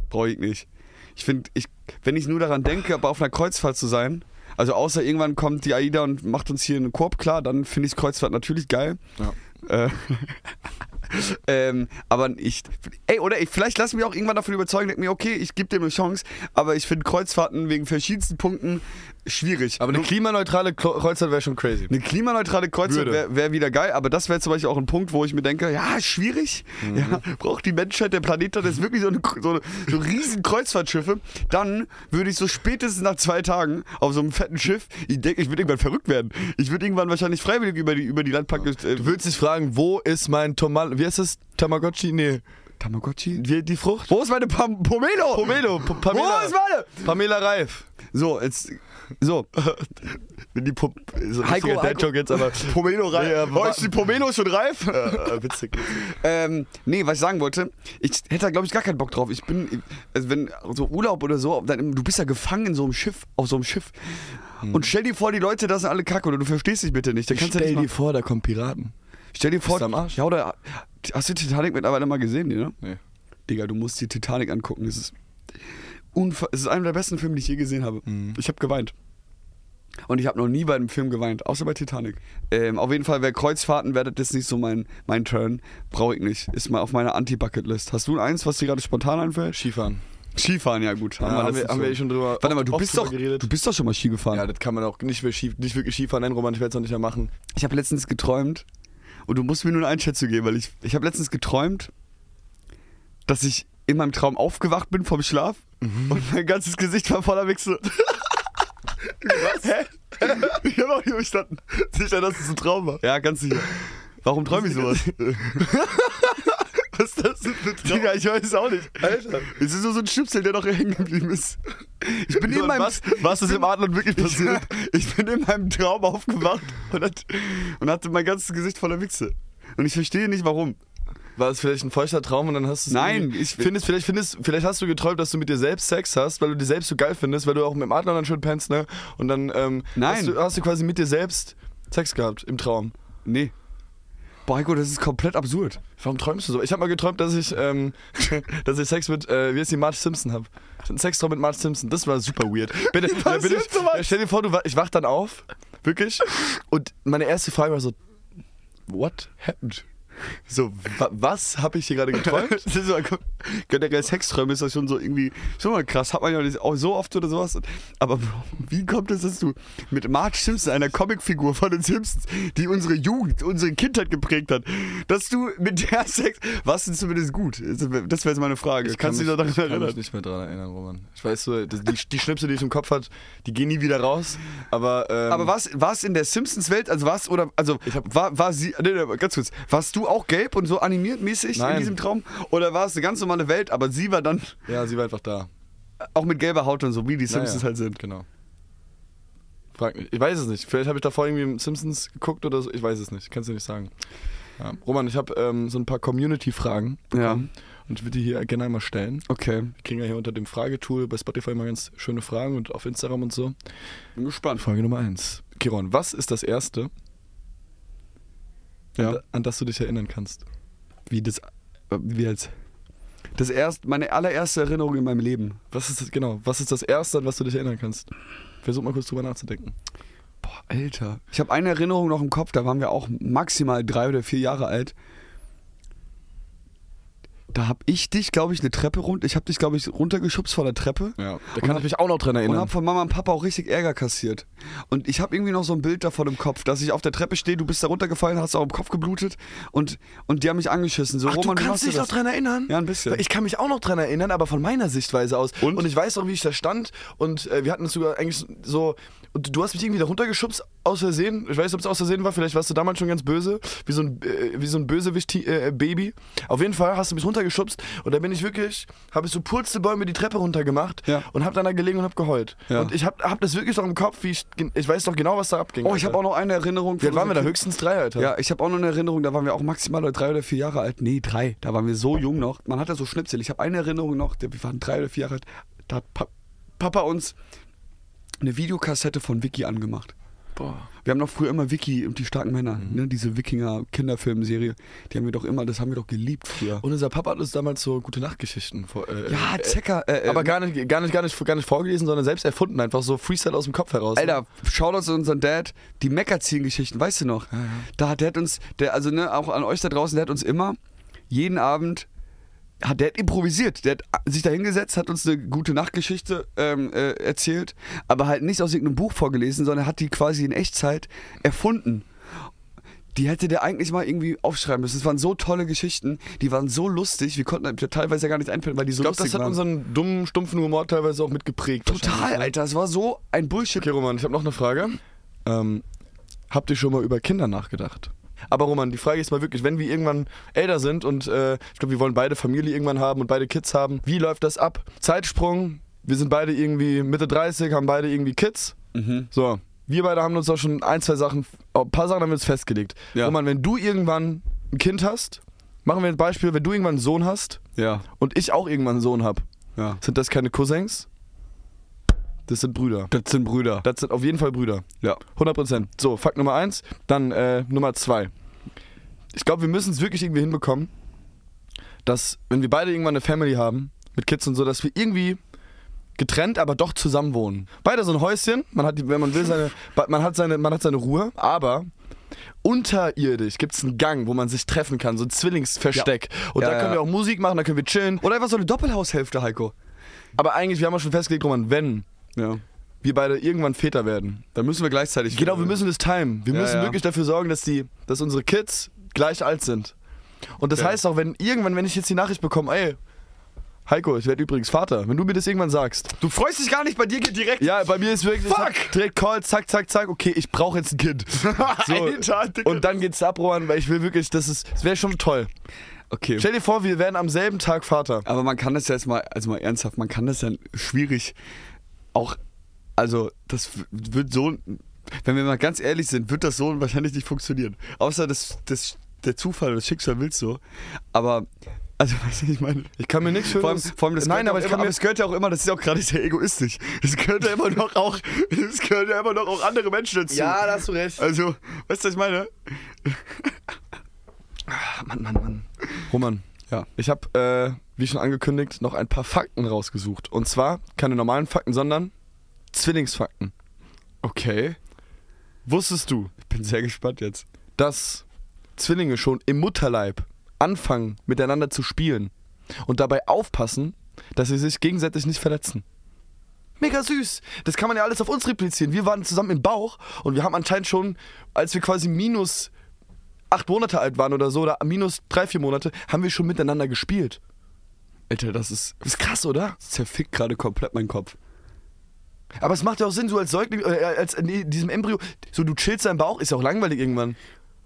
[SPEAKER 1] Brauche ich nicht. Ich finde, ich, wenn ich nur daran denke, aber auf einer Kreuzfahrt zu sein, also außer irgendwann kommt die AIDA und macht uns hier einen Korb klar, dann finde ich Kreuzfahrt natürlich geil.
[SPEAKER 2] Ja.
[SPEAKER 1] Äh, ähm, aber ich, ey, oder ich, vielleicht lass mich auch irgendwann davon überzeugen, denk mir, okay, ich gebe dem eine Chance, aber ich finde Kreuzfahrten wegen verschiedensten Punkten schwierig.
[SPEAKER 2] Aber eine klimaneutrale Klo- Kreuzfahrt wäre schon crazy.
[SPEAKER 1] Eine klimaneutrale Kreuzfahrt
[SPEAKER 2] Würde.
[SPEAKER 1] wäre wär wieder geil, aber das wäre zum Beispiel auch ein Punkt, wo ich mir denke, ja, schwierig.
[SPEAKER 2] Mhm.
[SPEAKER 1] Ja, braucht die Menschheit, der Planet hat jetzt wirklich so, eine, so, eine, so riesen Kreuzfahrtschiffe. Dann würde ich so spätestens nach zwei Tagen auf so einem fetten Schiff, ich denke, ich würde irgendwann verrückt werden. Ich würde irgendwann wahrscheinlich freiwillig über die, über die Landpacke... Äh,
[SPEAKER 2] Du würdest dich fragen, wo ist mein Tomal... Wie heißt das? Tamagotchi? Nee.
[SPEAKER 1] Tamagotchi?
[SPEAKER 2] Wie, die Frucht?
[SPEAKER 1] Wo ist meine Pam Pomelo?
[SPEAKER 2] Pomelo. P Pamela.
[SPEAKER 1] Wo ist meine?
[SPEAKER 2] Pamela Reif.
[SPEAKER 1] So, jetzt... So,
[SPEAKER 2] Wenn die Pop... So ein
[SPEAKER 1] Heiko,
[SPEAKER 2] richtiger
[SPEAKER 1] Heiko.
[SPEAKER 2] Dad-Joke jetzt, aber...
[SPEAKER 1] Pomelo reif.
[SPEAKER 2] Ja,
[SPEAKER 1] oh, ist die Pomelo schon reif?
[SPEAKER 2] äh, äh, witzig, witzig.
[SPEAKER 1] Ähm, nee, was ich sagen wollte, ich hätte da, glaube ich, gar keinen Bock drauf. Ich bin, also wenn so Urlaub oder so, dann, du bist ja gefangen in so einem Schiff, auf so einem Schiff.
[SPEAKER 2] Hm.
[SPEAKER 1] Und stell dir vor, die Leute, das sind alle kacke oder du verstehst dich bitte nicht. Dann kannst du ja
[SPEAKER 2] Stell
[SPEAKER 1] nicht
[SPEAKER 2] dir
[SPEAKER 1] mal,
[SPEAKER 2] vor, da kommen Piraten.
[SPEAKER 1] stell dir vor,
[SPEAKER 2] du am Arsch?
[SPEAKER 1] ja, oder hast du Titanic mittlerweile mal gesehen, ne?
[SPEAKER 2] Nee.
[SPEAKER 1] Digga, du musst die Titanic angucken. Es ist, unver es ist einer der besten Filme, die ich je gesehen habe.
[SPEAKER 2] Mhm.
[SPEAKER 1] Ich habe geweint. Und ich habe noch nie bei einem Film geweint, außer bei Titanic. Ähm, auf jeden Fall, wer Kreuzfahrten werdet, ist nicht so mein, mein Turn. Brauche ich nicht. Ist mal auf meiner Anti-Bucket-List. Hast du eins, was dir gerade spontan einfällt?
[SPEAKER 2] Skifahren.
[SPEAKER 1] Skifahren, ja gut.
[SPEAKER 2] Ja, haben, wir,
[SPEAKER 1] letztens
[SPEAKER 2] haben wir eh schon drüber...
[SPEAKER 1] Warte mal, du
[SPEAKER 2] oft
[SPEAKER 1] bist,
[SPEAKER 2] drüber
[SPEAKER 1] doch,
[SPEAKER 2] geredet.
[SPEAKER 1] du bist doch schon mal Ski gefahren.
[SPEAKER 2] Ja, das kann man auch nicht, mehr Skif- nicht wirklich Skifahren nennen, Roman. Ich werde es noch nicht mehr machen.
[SPEAKER 1] Ich habe letztens geträumt, und du musst mir nur eine Einschätzung geben, weil ich, ich habe letztens geträumt, dass ich in meinem Traum aufgewacht bin vom Schlaf und mein ganzes Gesicht war voller Wichse. Was? Hä? Ich habe auch nicht verstanden.
[SPEAKER 2] Sicher, dass es ein Traum war.
[SPEAKER 1] Ja, ganz sicher. Warum träume ich sowas?
[SPEAKER 2] Was ist das denn für ein Traum?
[SPEAKER 1] Digga, ich weiß es auch nicht.
[SPEAKER 2] Alter.
[SPEAKER 1] Es ist nur so ein Schnipsel, der noch hängen geblieben ist. Ich bin in meinem...
[SPEAKER 2] was, was ist im Adlon wirklich
[SPEAKER 1] Ich,
[SPEAKER 2] passiert?
[SPEAKER 1] ich bin in meinem Traum aufgewacht und, hat, und hatte mein ganzes Gesicht voller Wichse. Und ich verstehe nicht, warum.
[SPEAKER 2] War es vielleicht ein feuchter Traum und dann hast du es
[SPEAKER 1] Nein,
[SPEAKER 2] irgendwie-
[SPEAKER 1] ich-
[SPEAKER 2] findest, vielleicht findest vielleicht hast du geträumt, dass du mit dir selbst Sex hast, weil du dir selbst so geil findest, weil du auch mit dem Adler dann schön pennst, ne? Und dann ähm,
[SPEAKER 1] Nein.
[SPEAKER 2] Hast, du, hast du quasi mit dir selbst Sex gehabt im Traum.
[SPEAKER 1] Nee. Boah, Heiko, das ist komplett absurd.
[SPEAKER 2] Warum träumst du so? Ich habe mal geträumt, dass ich ähm, dass ich Sex mit äh, wie heißt die Marge Simpson habe. Ich hatte einen Sextraum mit Marge Simpson. Das war super weird. Bitte, da bin
[SPEAKER 1] passiert
[SPEAKER 2] ich,
[SPEAKER 1] sowas?
[SPEAKER 2] ja, stell dir vor, du, wa- ich wach dann auf, wirklich, und meine erste Frage war so what happened? So, wa was habe ich hier gerade geträumt?
[SPEAKER 1] Das ist mal, generell Sexträume ist das schon so irgendwie schon mal krass. Hat man ja nicht auch so oft oder sowas. Aber Bro, wie kommt es, dass du mit Marge Simpson, einer Comicfigur von den Simpsons, die unsere Jugend, unsere Kindheit geprägt hat, dass du mit der Sex. Warst du zumindest gut? Das wäre jetzt meine Frage. Kannst du dich noch daran
[SPEAKER 2] Ich kann mich
[SPEAKER 1] erinnern?
[SPEAKER 2] nicht mehr daran erinnern, Roman. Ich weiß so, die, die, die Schnipsel, die ich im Kopf hatte, die gehen nie wieder raus. Aber, ähm,
[SPEAKER 1] Aber war's, war's in der Simpsons-Welt, also war's, oder, also,
[SPEAKER 2] Ich hab-
[SPEAKER 1] war, war sie, nee, nee, ganz kurz, warst du auch gelb und so animiert mäßig in
[SPEAKER 2] Nein.
[SPEAKER 1] diesem Traum? Oder war es eine ganz normale Welt, aber sie war dann
[SPEAKER 2] Ja, sie war einfach da.
[SPEAKER 1] auch mit gelber Haut und so, wie die Simpsons
[SPEAKER 2] Naja,
[SPEAKER 1] halt sind.
[SPEAKER 2] Genau. Frag mich. Ich weiß es nicht. Vielleicht habe ich davor irgendwie im Simpsons geguckt oder so. Ich weiß es nicht. Kannst du nicht sagen. Ja. Roman, ich habe ähm, so ein paar Community-Fragen
[SPEAKER 1] Ja.
[SPEAKER 2] bekommen. Und ich würde die hier gerne einmal stellen.
[SPEAKER 1] Okay.
[SPEAKER 2] Wir kriegen ja hier unter dem Fragetool bei Spotify immer ganz schöne Fragen und auf Instagram und so.
[SPEAKER 1] Bin gespannt.
[SPEAKER 2] Frage Nummer eins. Kiron, was ist das Erste,
[SPEAKER 1] Ja.
[SPEAKER 2] an, an das du dich erinnern kannst?
[SPEAKER 1] Wie das, äh, wie jetzt? Das erst, meine allererste Erinnerung in meinem Leben.
[SPEAKER 2] Was ist das, genau, was ist das Erste, an was du dich erinnern kannst? Versuch mal kurz drüber nachzudenken.
[SPEAKER 1] Boah, Alter. Ich habe eine Erinnerung noch im Kopf, da waren wir auch maximal drei oder vier Jahre alt. Da hab ich dich, glaube ich, eine Treppe runter. Ich habe dich, glaube ich, runtergeschubst von der Treppe.
[SPEAKER 2] Ja, da
[SPEAKER 1] Und
[SPEAKER 2] kann
[SPEAKER 1] hab-
[SPEAKER 2] ich mich auch noch dran
[SPEAKER 1] Und
[SPEAKER 2] erinnern.
[SPEAKER 1] habe von Mama und Papa auch richtig Ärger kassiert. Und ich habe irgendwie noch so ein Bild davon im Kopf, dass ich auf der Treppe stehe, du bist da runtergefallen, hast auch im Kopf geblutet und, und die haben mich angeschissen. So, Roman, wie machst du das?
[SPEAKER 2] dran erinnern?
[SPEAKER 1] Ja, ein bisschen.
[SPEAKER 2] Ich kann mich auch noch dran erinnern, aber von meiner Sichtweise aus.
[SPEAKER 1] Und?
[SPEAKER 2] ich weiß auch, wie ich da stand und äh, wir hatten es sogar eigentlich so. Und du hast mich irgendwie da runtergeschubst aus Versehen, ich weiß nicht, ob es aus Versehen war, vielleicht warst du damals schon ganz böse, wie so ein, äh, wie so ein Bösewicht-Baby. Auf jeden Fall hast du mich runtergeschubst und da bin ich wirklich, habe ich so Purzelbäume die Treppe runtergemacht
[SPEAKER 1] Ja.
[SPEAKER 2] und habe dann da gelegen und habe geheult.
[SPEAKER 1] Ja.
[SPEAKER 2] Und ich habe hab das wirklich noch im Kopf, wie ich, ich weiß doch genau, was da abging.
[SPEAKER 1] Oh, ich habe auch noch eine Erinnerung.
[SPEAKER 2] Wie alt waren wir da?
[SPEAKER 1] höchstens?
[SPEAKER 2] Höchstens drei, Alter.
[SPEAKER 1] Ja, ich habe auch noch eine Erinnerung, da waren wir auch maximal drei oder vier Jahre alt. Nee, drei. Da waren wir so jung noch. Man hat ja so Schnipsel. Ich habe eine Erinnerung noch, wir waren drei oder vier Jahre alt. Da hat pa Papa uns eine Videokassette von Vicky angemacht.
[SPEAKER 2] Boah.
[SPEAKER 1] Wir haben doch früher immer Vicky und die starken Männer, ne? diese Wikinger-Kinderfilmserie. Die haben wir doch immer, das haben wir doch geliebt früher.
[SPEAKER 2] Und unser Papa hat uns damals so gute Nachtgeschichten vor. Äh,
[SPEAKER 1] ja,
[SPEAKER 2] äh,
[SPEAKER 1] Zecker. Äh, äh,
[SPEAKER 2] aber gar nicht, gar, nicht, gar, nicht, gar nicht vorgelesen, sondern selbst erfunden, einfach so Freestyle aus dem Kopf heraus.
[SPEAKER 1] Alter, Shoutouts zu unserem Dad, die Meckerziehengeschichten, weißt du noch? Da hat der hat uns, der, also ne, auch an euch da draußen, der hat uns immer jeden Abend, hat, der hat improvisiert, der hat sich da hingesetzt, hat uns eine gute Nachtgeschichte ähm, äh, erzählt, aber halt nicht aus irgendeinem Buch vorgelesen, sondern hat die quasi in Echtzeit erfunden. Die hätte der eigentlich mal irgendwie aufschreiben müssen. Es waren so tolle Geschichten, die waren so lustig, wir konnten halt teilweise gar nicht einpennen, weil die so
[SPEAKER 2] ich glaube,
[SPEAKER 1] lustig
[SPEAKER 2] das hat
[SPEAKER 1] waren.
[SPEAKER 2] unseren dummen, stumpfen Humor teilweise auch mitgeprägt.
[SPEAKER 1] Total,
[SPEAKER 2] wahrscheinlich, ne?
[SPEAKER 1] Alter, das war so ein Bullshit.
[SPEAKER 2] Okay, Roman, ich habe noch eine Frage. Ähm, habt ihr schon mal über Kinder nachgedacht? Aber Roman, die Frage ist mal wirklich, wenn wir irgendwann älter sind und äh, ich glaube, wir wollen beide Familie irgendwann haben und beide Kids haben, wie läuft das ab? Zeitsprung, wir sind beide irgendwie Mitte 30, haben beide irgendwie Kids.
[SPEAKER 1] Mhm.
[SPEAKER 2] So, wir beide haben uns doch schon ein, zwei Sachen, oh, ein paar Sachen haben wir uns festgelegt.
[SPEAKER 1] Ja.
[SPEAKER 2] Roman, wenn du irgendwann ein Kind hast, machen wir ein Beispiel, wenn du irgendwann einen Sohn hast
[SPEAKER 1] Ja,
[SPEAKER 2] und ich auch irgendwann einen Sohn habe,
[SPEAKER 1] ja.
[SPEAKER 2] sind das keine Cousins? Das sind Brüder.
[SPEAKER 1] Das sind Brüder.
[SPEAKER 2] Das sind auf jeden Fall Brüder.
[SPEAKER 1] Ja.
[SPEAKER 2] 100%. So, Fakt Nummer 1, dann äh, Nummer 2. Ich glaube, wir müssen es wirklich irgendwie hinbekommen, dass, wenn wir beide irgendwann eine Family haben, mit Kids und so, dass wir irgendwie getrennt, aber doch zusammen wohnen. Beide so ein Häuschen, man hat, die, wenn man will, seine, man hat seine, man hat seine Ruhe, aber unterirdisch gibt es einen Gang, wo man sich treffen kann, so ein Zwillingsversteck. Und
[SPEAKER 1] Ja,
[SPEAKER 2] da
[SPEAKER 1] ja,
[SPEAKER 2] können wir
[SPEAKER 1] ja.
[SPEAKER 2] auch Musik machen, da können wir chillen.
[SPEAKER 1] Oder einfach so eine Doppelhaushälfte, Heiko.
[SPEAKER 2] Aber eigentlich, wir haben ja schon festgelegt, Roman, wenn
[SPEAKER 1] Ja.
[SPEAKER 2] wir beide irgendwann Väter werden,
[SPEAKER 1] Dann müssen wir gleichzeitig. äh,
[SPEAKER 2] Genau, wir müssen das timen. Wir
[SPEAKER 1] Ja,
[SPEAKER 2] müssen
[SPEAKER 1] ja.
[SPEAKER 2] wirklich dafür sorgen, dass, die, dass unsere Kids gleich alt sind. Und das
[SPEAKER 1] Ja.
[SPEAKER 2] heißt auch, wenn irgendwann, wenn ich jetzt die Nachricht bekomme, ey, Heiko, ich werde übrigens Vater, wenn du mir das irgendwann sagst.
[SPEAKER 1] Du freust dich gar nicht, bei dir geht direkt.
[SPEAKER 2] Ja, bei mir ist wirklich
[SPEAKER 1] Fuck!
[SPEAKER 2] ich hab direkt Call, zack, zack, zack, okay, ich brauche jetzt ein Kind.
[SPEAKER 1] Alter, Digga.
[SPEAKER 2] und dann geht's ab, Rohan, weil ich will wirklich, das ist, das wäre schon toll.
[SPEAKER 1] Okay.
[SPEAKER 2] Stell dir vor, wir werden am selben Tag Vater.
[SPEAKER 1] Aber man kann das ja jetzt mal, also mal ernsthaft, man kann das dann schwierig auch, also das w- wird so, wenn wir mal ganz ehrlich sind, wird das so wahrscheinlich nicht funktionieren. Außer das, das, der Zufall, das Schicksal will so. Aber, also weißt du, ich meine.
[SPEAKER 2] Ich kann mir nichts
[SPEAKER 1] Vor allem,
[SPEAKER 2] Schönes-
[SPEAKER 1] vor allem das
[SPEAKER 2] Nein,
[SPEAKER 1] gehört
[SPEAKER 2] aber
[SPEAKER 1] ja
[SPEAKER 2] ich
[SPEAKER 1] auch
[SPEAKER 2] kann
[SPEAKER 1] immer,
[SPEAKER 2] mir
[SPEAKER 1] aber es gehört ja auch immer, das ist ja auch gerade sehr egoistisch. Es gehört ja immer noch auch, es gehört ja immer noch auch andere Menschen dazu.
[SPEAKER 2] da hast du recht.
[SPEAKER 1] Also, weißt du, was ich meine?
[SPEAKER 2] Mann, Mann, Mann. Roman,
[SPEAKER 1] Ja.
[SPEAKER 2] ich habe, äh, wie schon angekündigt, noch ein paar Fakten rausgesucht. Und zwar keine normalen Fakten, sondern Zwillingsfakten.
[SPEAKER 1] Okay.
[SPEAKER 2] Wusstest du,
[SPEAKER 1] Ich bin sehr gespannt jetzt.
[SPEAKER 2] dass Zwillinge schon im Mutterleib anfangen, miteinander zu spielen und dabei aufpassen, dass sie sich gegenseitig nicht verletzen? Mega süß. Das kann man ja alles auf uns replizieren. Wir waren zusammen im Bauch und wir haben anscheinend schon, als wir quasi minus acht Monate alt waren oder so, oder minus drei, vier Monate, haben wir schon miteinander gespielt.
[SPEAKER 1] Alter, das ist.
[SPEAKER 2] Das ist krass, oder?
[SPEAKER 1] Das zerfickt gerade komplett meinen Kopf.
[SPEAKER 2] Aber es macht ja auch Sinn, so als Säugling, äh, als in diesem Embryo, so du chillst deinen Bauch, ist ja auch langweilig irgendwann.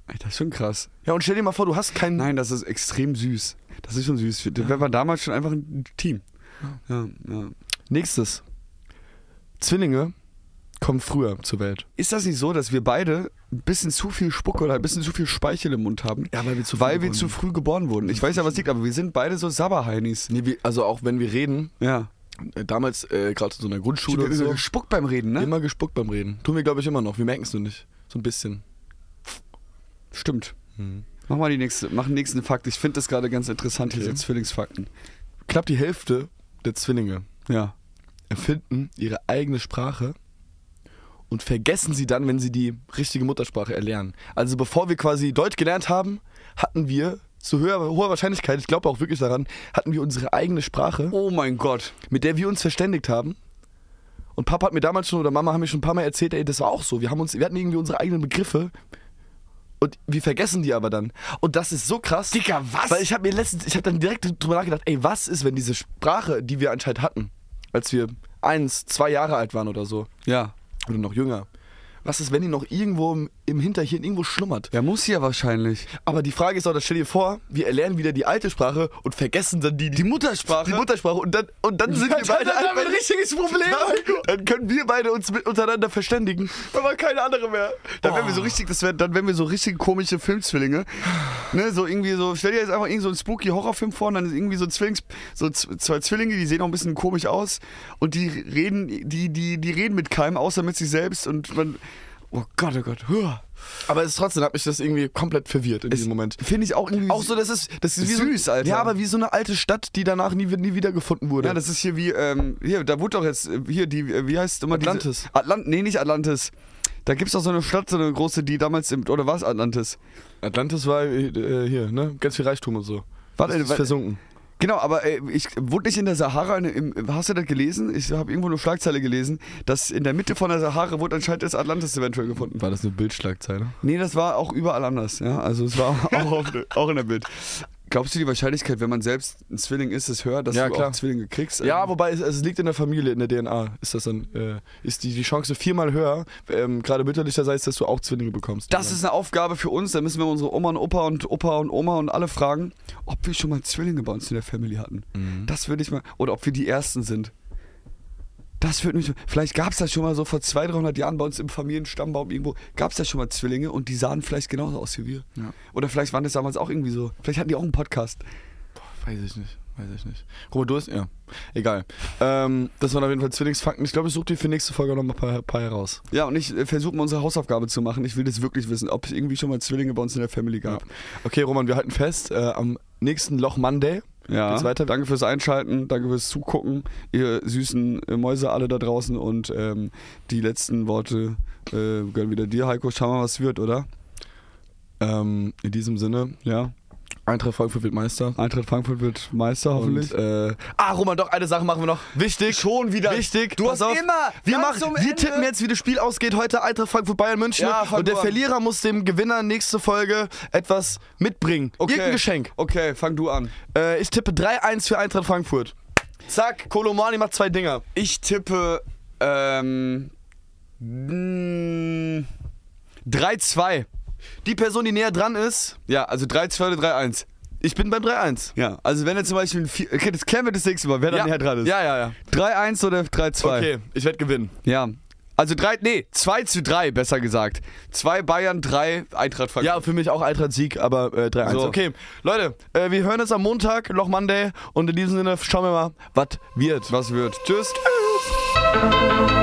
[SPEAKER 1] Alter, das ist schon krass.
[SPEAKER 2] Ja, und stell dir mal vor, du hast keinen.
[SPEAKER 1] Nein, das ist extrem süß. Das ist schon süß. Wir wir waren damals schon einfach ein Team. Ja, ja.
[SPEAKER 2] Nächstes. Zwillinge kommen früher zur Welt.
[SPEAKER 1] Ist das nicht so, dass wir beide ein bisschen zu viel Spucke oder ein bisschen zu viel Speichel im Mund haben?
[SPEAKER 2] Ja, weil wir zu früh
[SPEAKER 1] Weil wir
[SPEAKER 2] geboren
[SPEAKER 1] zu früh geboren wurden. Ich weiß ja, was liegt, aber wir sind beide so Sabberheinis.
[SPEAKER 2] Nee, wir, also auch wenn wir reden,
[SPEAKER 1] Ja.
[SPEAKER 2] äh, damals äh, gerade in so einer Grundschule
[SPEAKER 1] Schule
[SPEAKER 2] und so,
[SPEAKER 1] gespuckt beim Reden, ne?
[SPEAKER 2] immer gespuckt beim Reden. Tun wir, glaube ich, immer noch. Wir merken es nur nicht. So ein bisschen.
[SPEAKER 1] Stimmt.
[SPEAKER 2] Hm.
[SPEAKER 1] Mach mal die nächste, mach den nächsten Fakt. Ich finde das gerade ganz interessant,
[SPEAKER 2] Okay.
[SPEAKER 1] diese Zwillingsfakten.
[SPEAKER 2] Knapp die Hälfte der Zwillinge
[SPEAKER 1] Ja.
[SPEAKER 2] erfinden ihre eigene Sprache und vergessen sie dann, wenn sie die richtige Muttersprache erlernen. Also bevor wir quasi Deutsch gelernt haben, hatten wir zu höher, hoher Wahrscheinlichkeit, ich glaube auch wirklich daran, hatten wir unsere eigene Sprache,
[SPEAKER 1] Oh mein Gott.
[SPEAKER 2] mit der wir uns verständigt haben. Und Papa hat mir damals schon oder Mama haben mir schon ein paar Mal erzählt, ey, das war auch so. Wir haben uns, wir hatten irgendwie unsere eigenen Begriffe und wir vergessen die aber dann. Und das ist so krass.
[SPEAKER 1] Dicker, was?
[SPEAKER 2] Weil ich habe mir letztens, ich habe dann direkt drüber nachgedacht, ey, was ist, wenn diese Sprache, die wir anscheinend hatten, als wir eins, zwei Jahre alt waren oder so,
[SPEAKER 1] Ja.
[SPEAKER 2] oder noch jünger, was ist, wenn die noch irgendwo im, im Hinterhirn irgendwo schlummert?
[SPEAKER 1] Ja, muss ja wahrscheinlich.
[SPEAKER 2] Aber die Frage ist auch, das stell dir vor, wir erlernen wieder die alte Sprache und vergessen dann die, die,
[SPEAKER 1] Die Muttersprache.
[SPEAKER 2] die Muttersprache und dann, und dann sind wir
[SPEAKER 1] Dann
[SPEAKER 2] beide
[SPEAKER 1] haben wir ein
[SPEAKER 2] einfach-
[SPEAKER 1] richtiges Problem, Heiko.
[SPEAKER 2] Dann können wir beide uns mit untereinander verständigen, Oh. aber keine andere mehr.
[SPEAKER 1] Dann wären wir so richtig, das wär, dann wären wir so richtig komische Filmzwillinge. Ne, so irgendwie so, stell dir jetzt einfach irgend so einen spooky Horrorfilm vor und dann ist irgendwie so Zwillings, so z- zwei Zwillinge, die sehen auch ein bisschen komisch aus und die reden, die, die, die reden mit keinem, außer mit sich selbst und man, oh Gott, oh Gott, huah.
[SPEAKER 2] Aber es ist trotzdem hat mich das irgendwie komplett verwirrt in diesem Moment.
[SPEAKER 1] Finde ich auch irgendwie
[SPEAKER 2] Auch so, das ist, das ist,
[SPEAKER 1] Ist
[SPEAKER 2] wie
[SPEAKER 1] süß,
[SPEAKER 2] so,
[SPEAKER 1] Alter.
[SPEAKER 2] Ja, aber wie so eine alte Stadt, die danach nie, nie wiedergefunden wurde.
[SPEAKER 1] Ja, das ist hier wie, ähm, hier, da wurde doch jetzt, äh, hier, die, äh, wie heißt immer
[SPEAKER 2] Atlantis.
[SPEAKER 1] Diese, Atlant, nee, nicht Atlantis. Da gibt's doch so eine Stadt, so eine große, die damals im, oder was Atlantis?
[SPEAKER 2] Atlantis war äh, hier, ne? Ganz viel Reichtum und so.
[SPEAKER 1] Warte,
[SPEAKER 2] das ist
[SPEAKER 1] warte.
[SPEAKER 2] versunken.
[SPEAKER 1] Genau, aber äh, ich wurde nicht in der Sahara, in, im, hast du das gelesen? Ich habe irgendwo eine Schlagzeile gelesen, dass in der Mitte von der Sahara wurde anscheinend das Atlantis eventuell gefunden.
[SPEAKER 2] War das eine Bildschlagzeile?
[SPEAKER 1] Nee, das war auch überall anders, ja. Also es war auch, auf, auch in der Bild. Glaubst du die Wahrscheinlichkeit, wenn man selbst ein Zwilling ist, ist höher, dass
[SPEAKER 2] Ja,
[SPEAKER 1] du
[SPEAKER 2] klar.
[SPEAKER 1] auch Zwillinge kriegst? Ähm,
[SPEAKER 2] Ja, wobei es, es liegt in der Familie, in der DNA. Ist das dann, äh, ist die, die Chance viermal höher, ähm, gerade mütterlicherseits, dass du auch Zwillinge bekommst.
[SPEAKER 1] Das ist eine Aufgabe für uns. Da müssen wir unsere Oma und Opa und Opa und Oma und alle fragen, ob wir schon mal Zwillinge bei uns in der Family hatten. Das würde ich mal. Oder ob wir die Ersten sind. Das würde mich. Vielleicht gab es das schon mal so vor 200, 300 Jahren bei uns im Familienstammbaum irgendwo. Gab es da schon mal Zwillinge und die sahen vielleicht genauso aus wie wir.
[SPEAKER 2] Ja.
[SPEAKER 1] Oder vielleicht waren das damals auch irgendwie so. Vielleicht hatten die auch einen Podcast.
[SPEAKER 2] Weiß ich nicht, weiß ich nicht. Robert, du hast. Ja, egal. Ähm, das waren auf jeden Fall Zwillingsfakten. Ich glaube, ich suche dir für nächste Folge noch mal ein paar, paar heraus.
[SPEAKER 1] Ja, und ich äh, versuche mal unsere Hausaufgabe zu machen. Ich will das wirklich wissen, ob es irgendwie schon mal Zwillinge bei uns in der Family gab.
[SPEAKER 2] Okay, Roman, wir halten fest, äh, am nächsten Loch Monday
[SPEAKER 1] Ja.
[SPEAKER 2] geht's weiter.
[SPEAKER 1] Danke fürs Einschalten, danke fürs Zugucken, ihr süßen äh, Mäuse alle da draußen. Und ähm, die letzten Worte äh, gehören wieder dir, Heiko. Schauen wir mal, was wird, oder?
[SPEAKER 2] Ähm, in diesem Sinne,
[SPEAKER 1] Ja.
[SPEAKER 2] Eintracht Frankfurt wird Meister.
[SPEAKER 1] Eintracht Frankfurt wird Meister, hoffentlich.
[SPEAKER 2] Und, äh, ah, Roman, doch, eine Sache machen wir noch. Wichtig. Schon wieder. Wichtig.
[SPEAKER 1] Du
[SPEAKER 2] Pass
[SPEAKER 1] hast
[SPEAKER 2] auf.
[SPEAKER 1] immer
[SPEAKER 2] Wir,
[SPEAKER 1] ganz
[SPEAKER 2] machen,
[SPEAKER 1] zum
[SPEAKER 2] wir
[SPEAKER 1] Ende-
[SPEAKER 2] tippen jetzt, wie das Spiel ausgeht. Heute Eintracht Frankfurt Bayern München.
[SPEAKER 1] Ja, fang
[SPEAKER 2] und der
[SPEAKER 1] du an.
[SPEAKER 2] Verlierer muss dem Gewinner nächste Folge etwas mitbringen. Irgendein Geschenk.
[SPEAKER 1] Okay, fang du an.
[SPEAKER 2] Äh, ich tippe 3-1 für Eintracht Frankfurt. Zack, Kolomani macht zwei Dinger.
[SPEAKER 1] Ich tippe ähm, mm, mh, 3-2.
[SPEAKER 2] Die Person, die näher dran ist,
[SPEAKER 1] Ja, also 3-2 oder 3-1.
[SPEAKER 2] ich bin beim 3-1.
[SPEAKER 1] Ja, also wenn er zum Beispiel ein vier, okay, das klären wir das nächste Mal, wer da näher dran ist.
[SPEAKER 2] Ja, ja, ja.
[SPEAKER 1] 3-1 oder 3-2?
[SPEAKER 2] Okay, ich werde gewinnen.
[SPEAKER 1] Ja. Also drei, nee, 2 zu 3, besser gesagt. 2 Bayern, 3 Eintracht Frankfurt.
[SPEAKER 2] Ja, für mich auch Eintracht Sieg, aber äh, 3-1.
[SPEAKER 1] So.
[SPEAKER 2] Okay, Leute, äh, wir hören uns am Montag, Loch Monday. Und in diesem Sinne schauen wir mal, was wird.
[SPEAKER 1] Was wird? Tschüss.
[SPEAKER 2] Tschüss.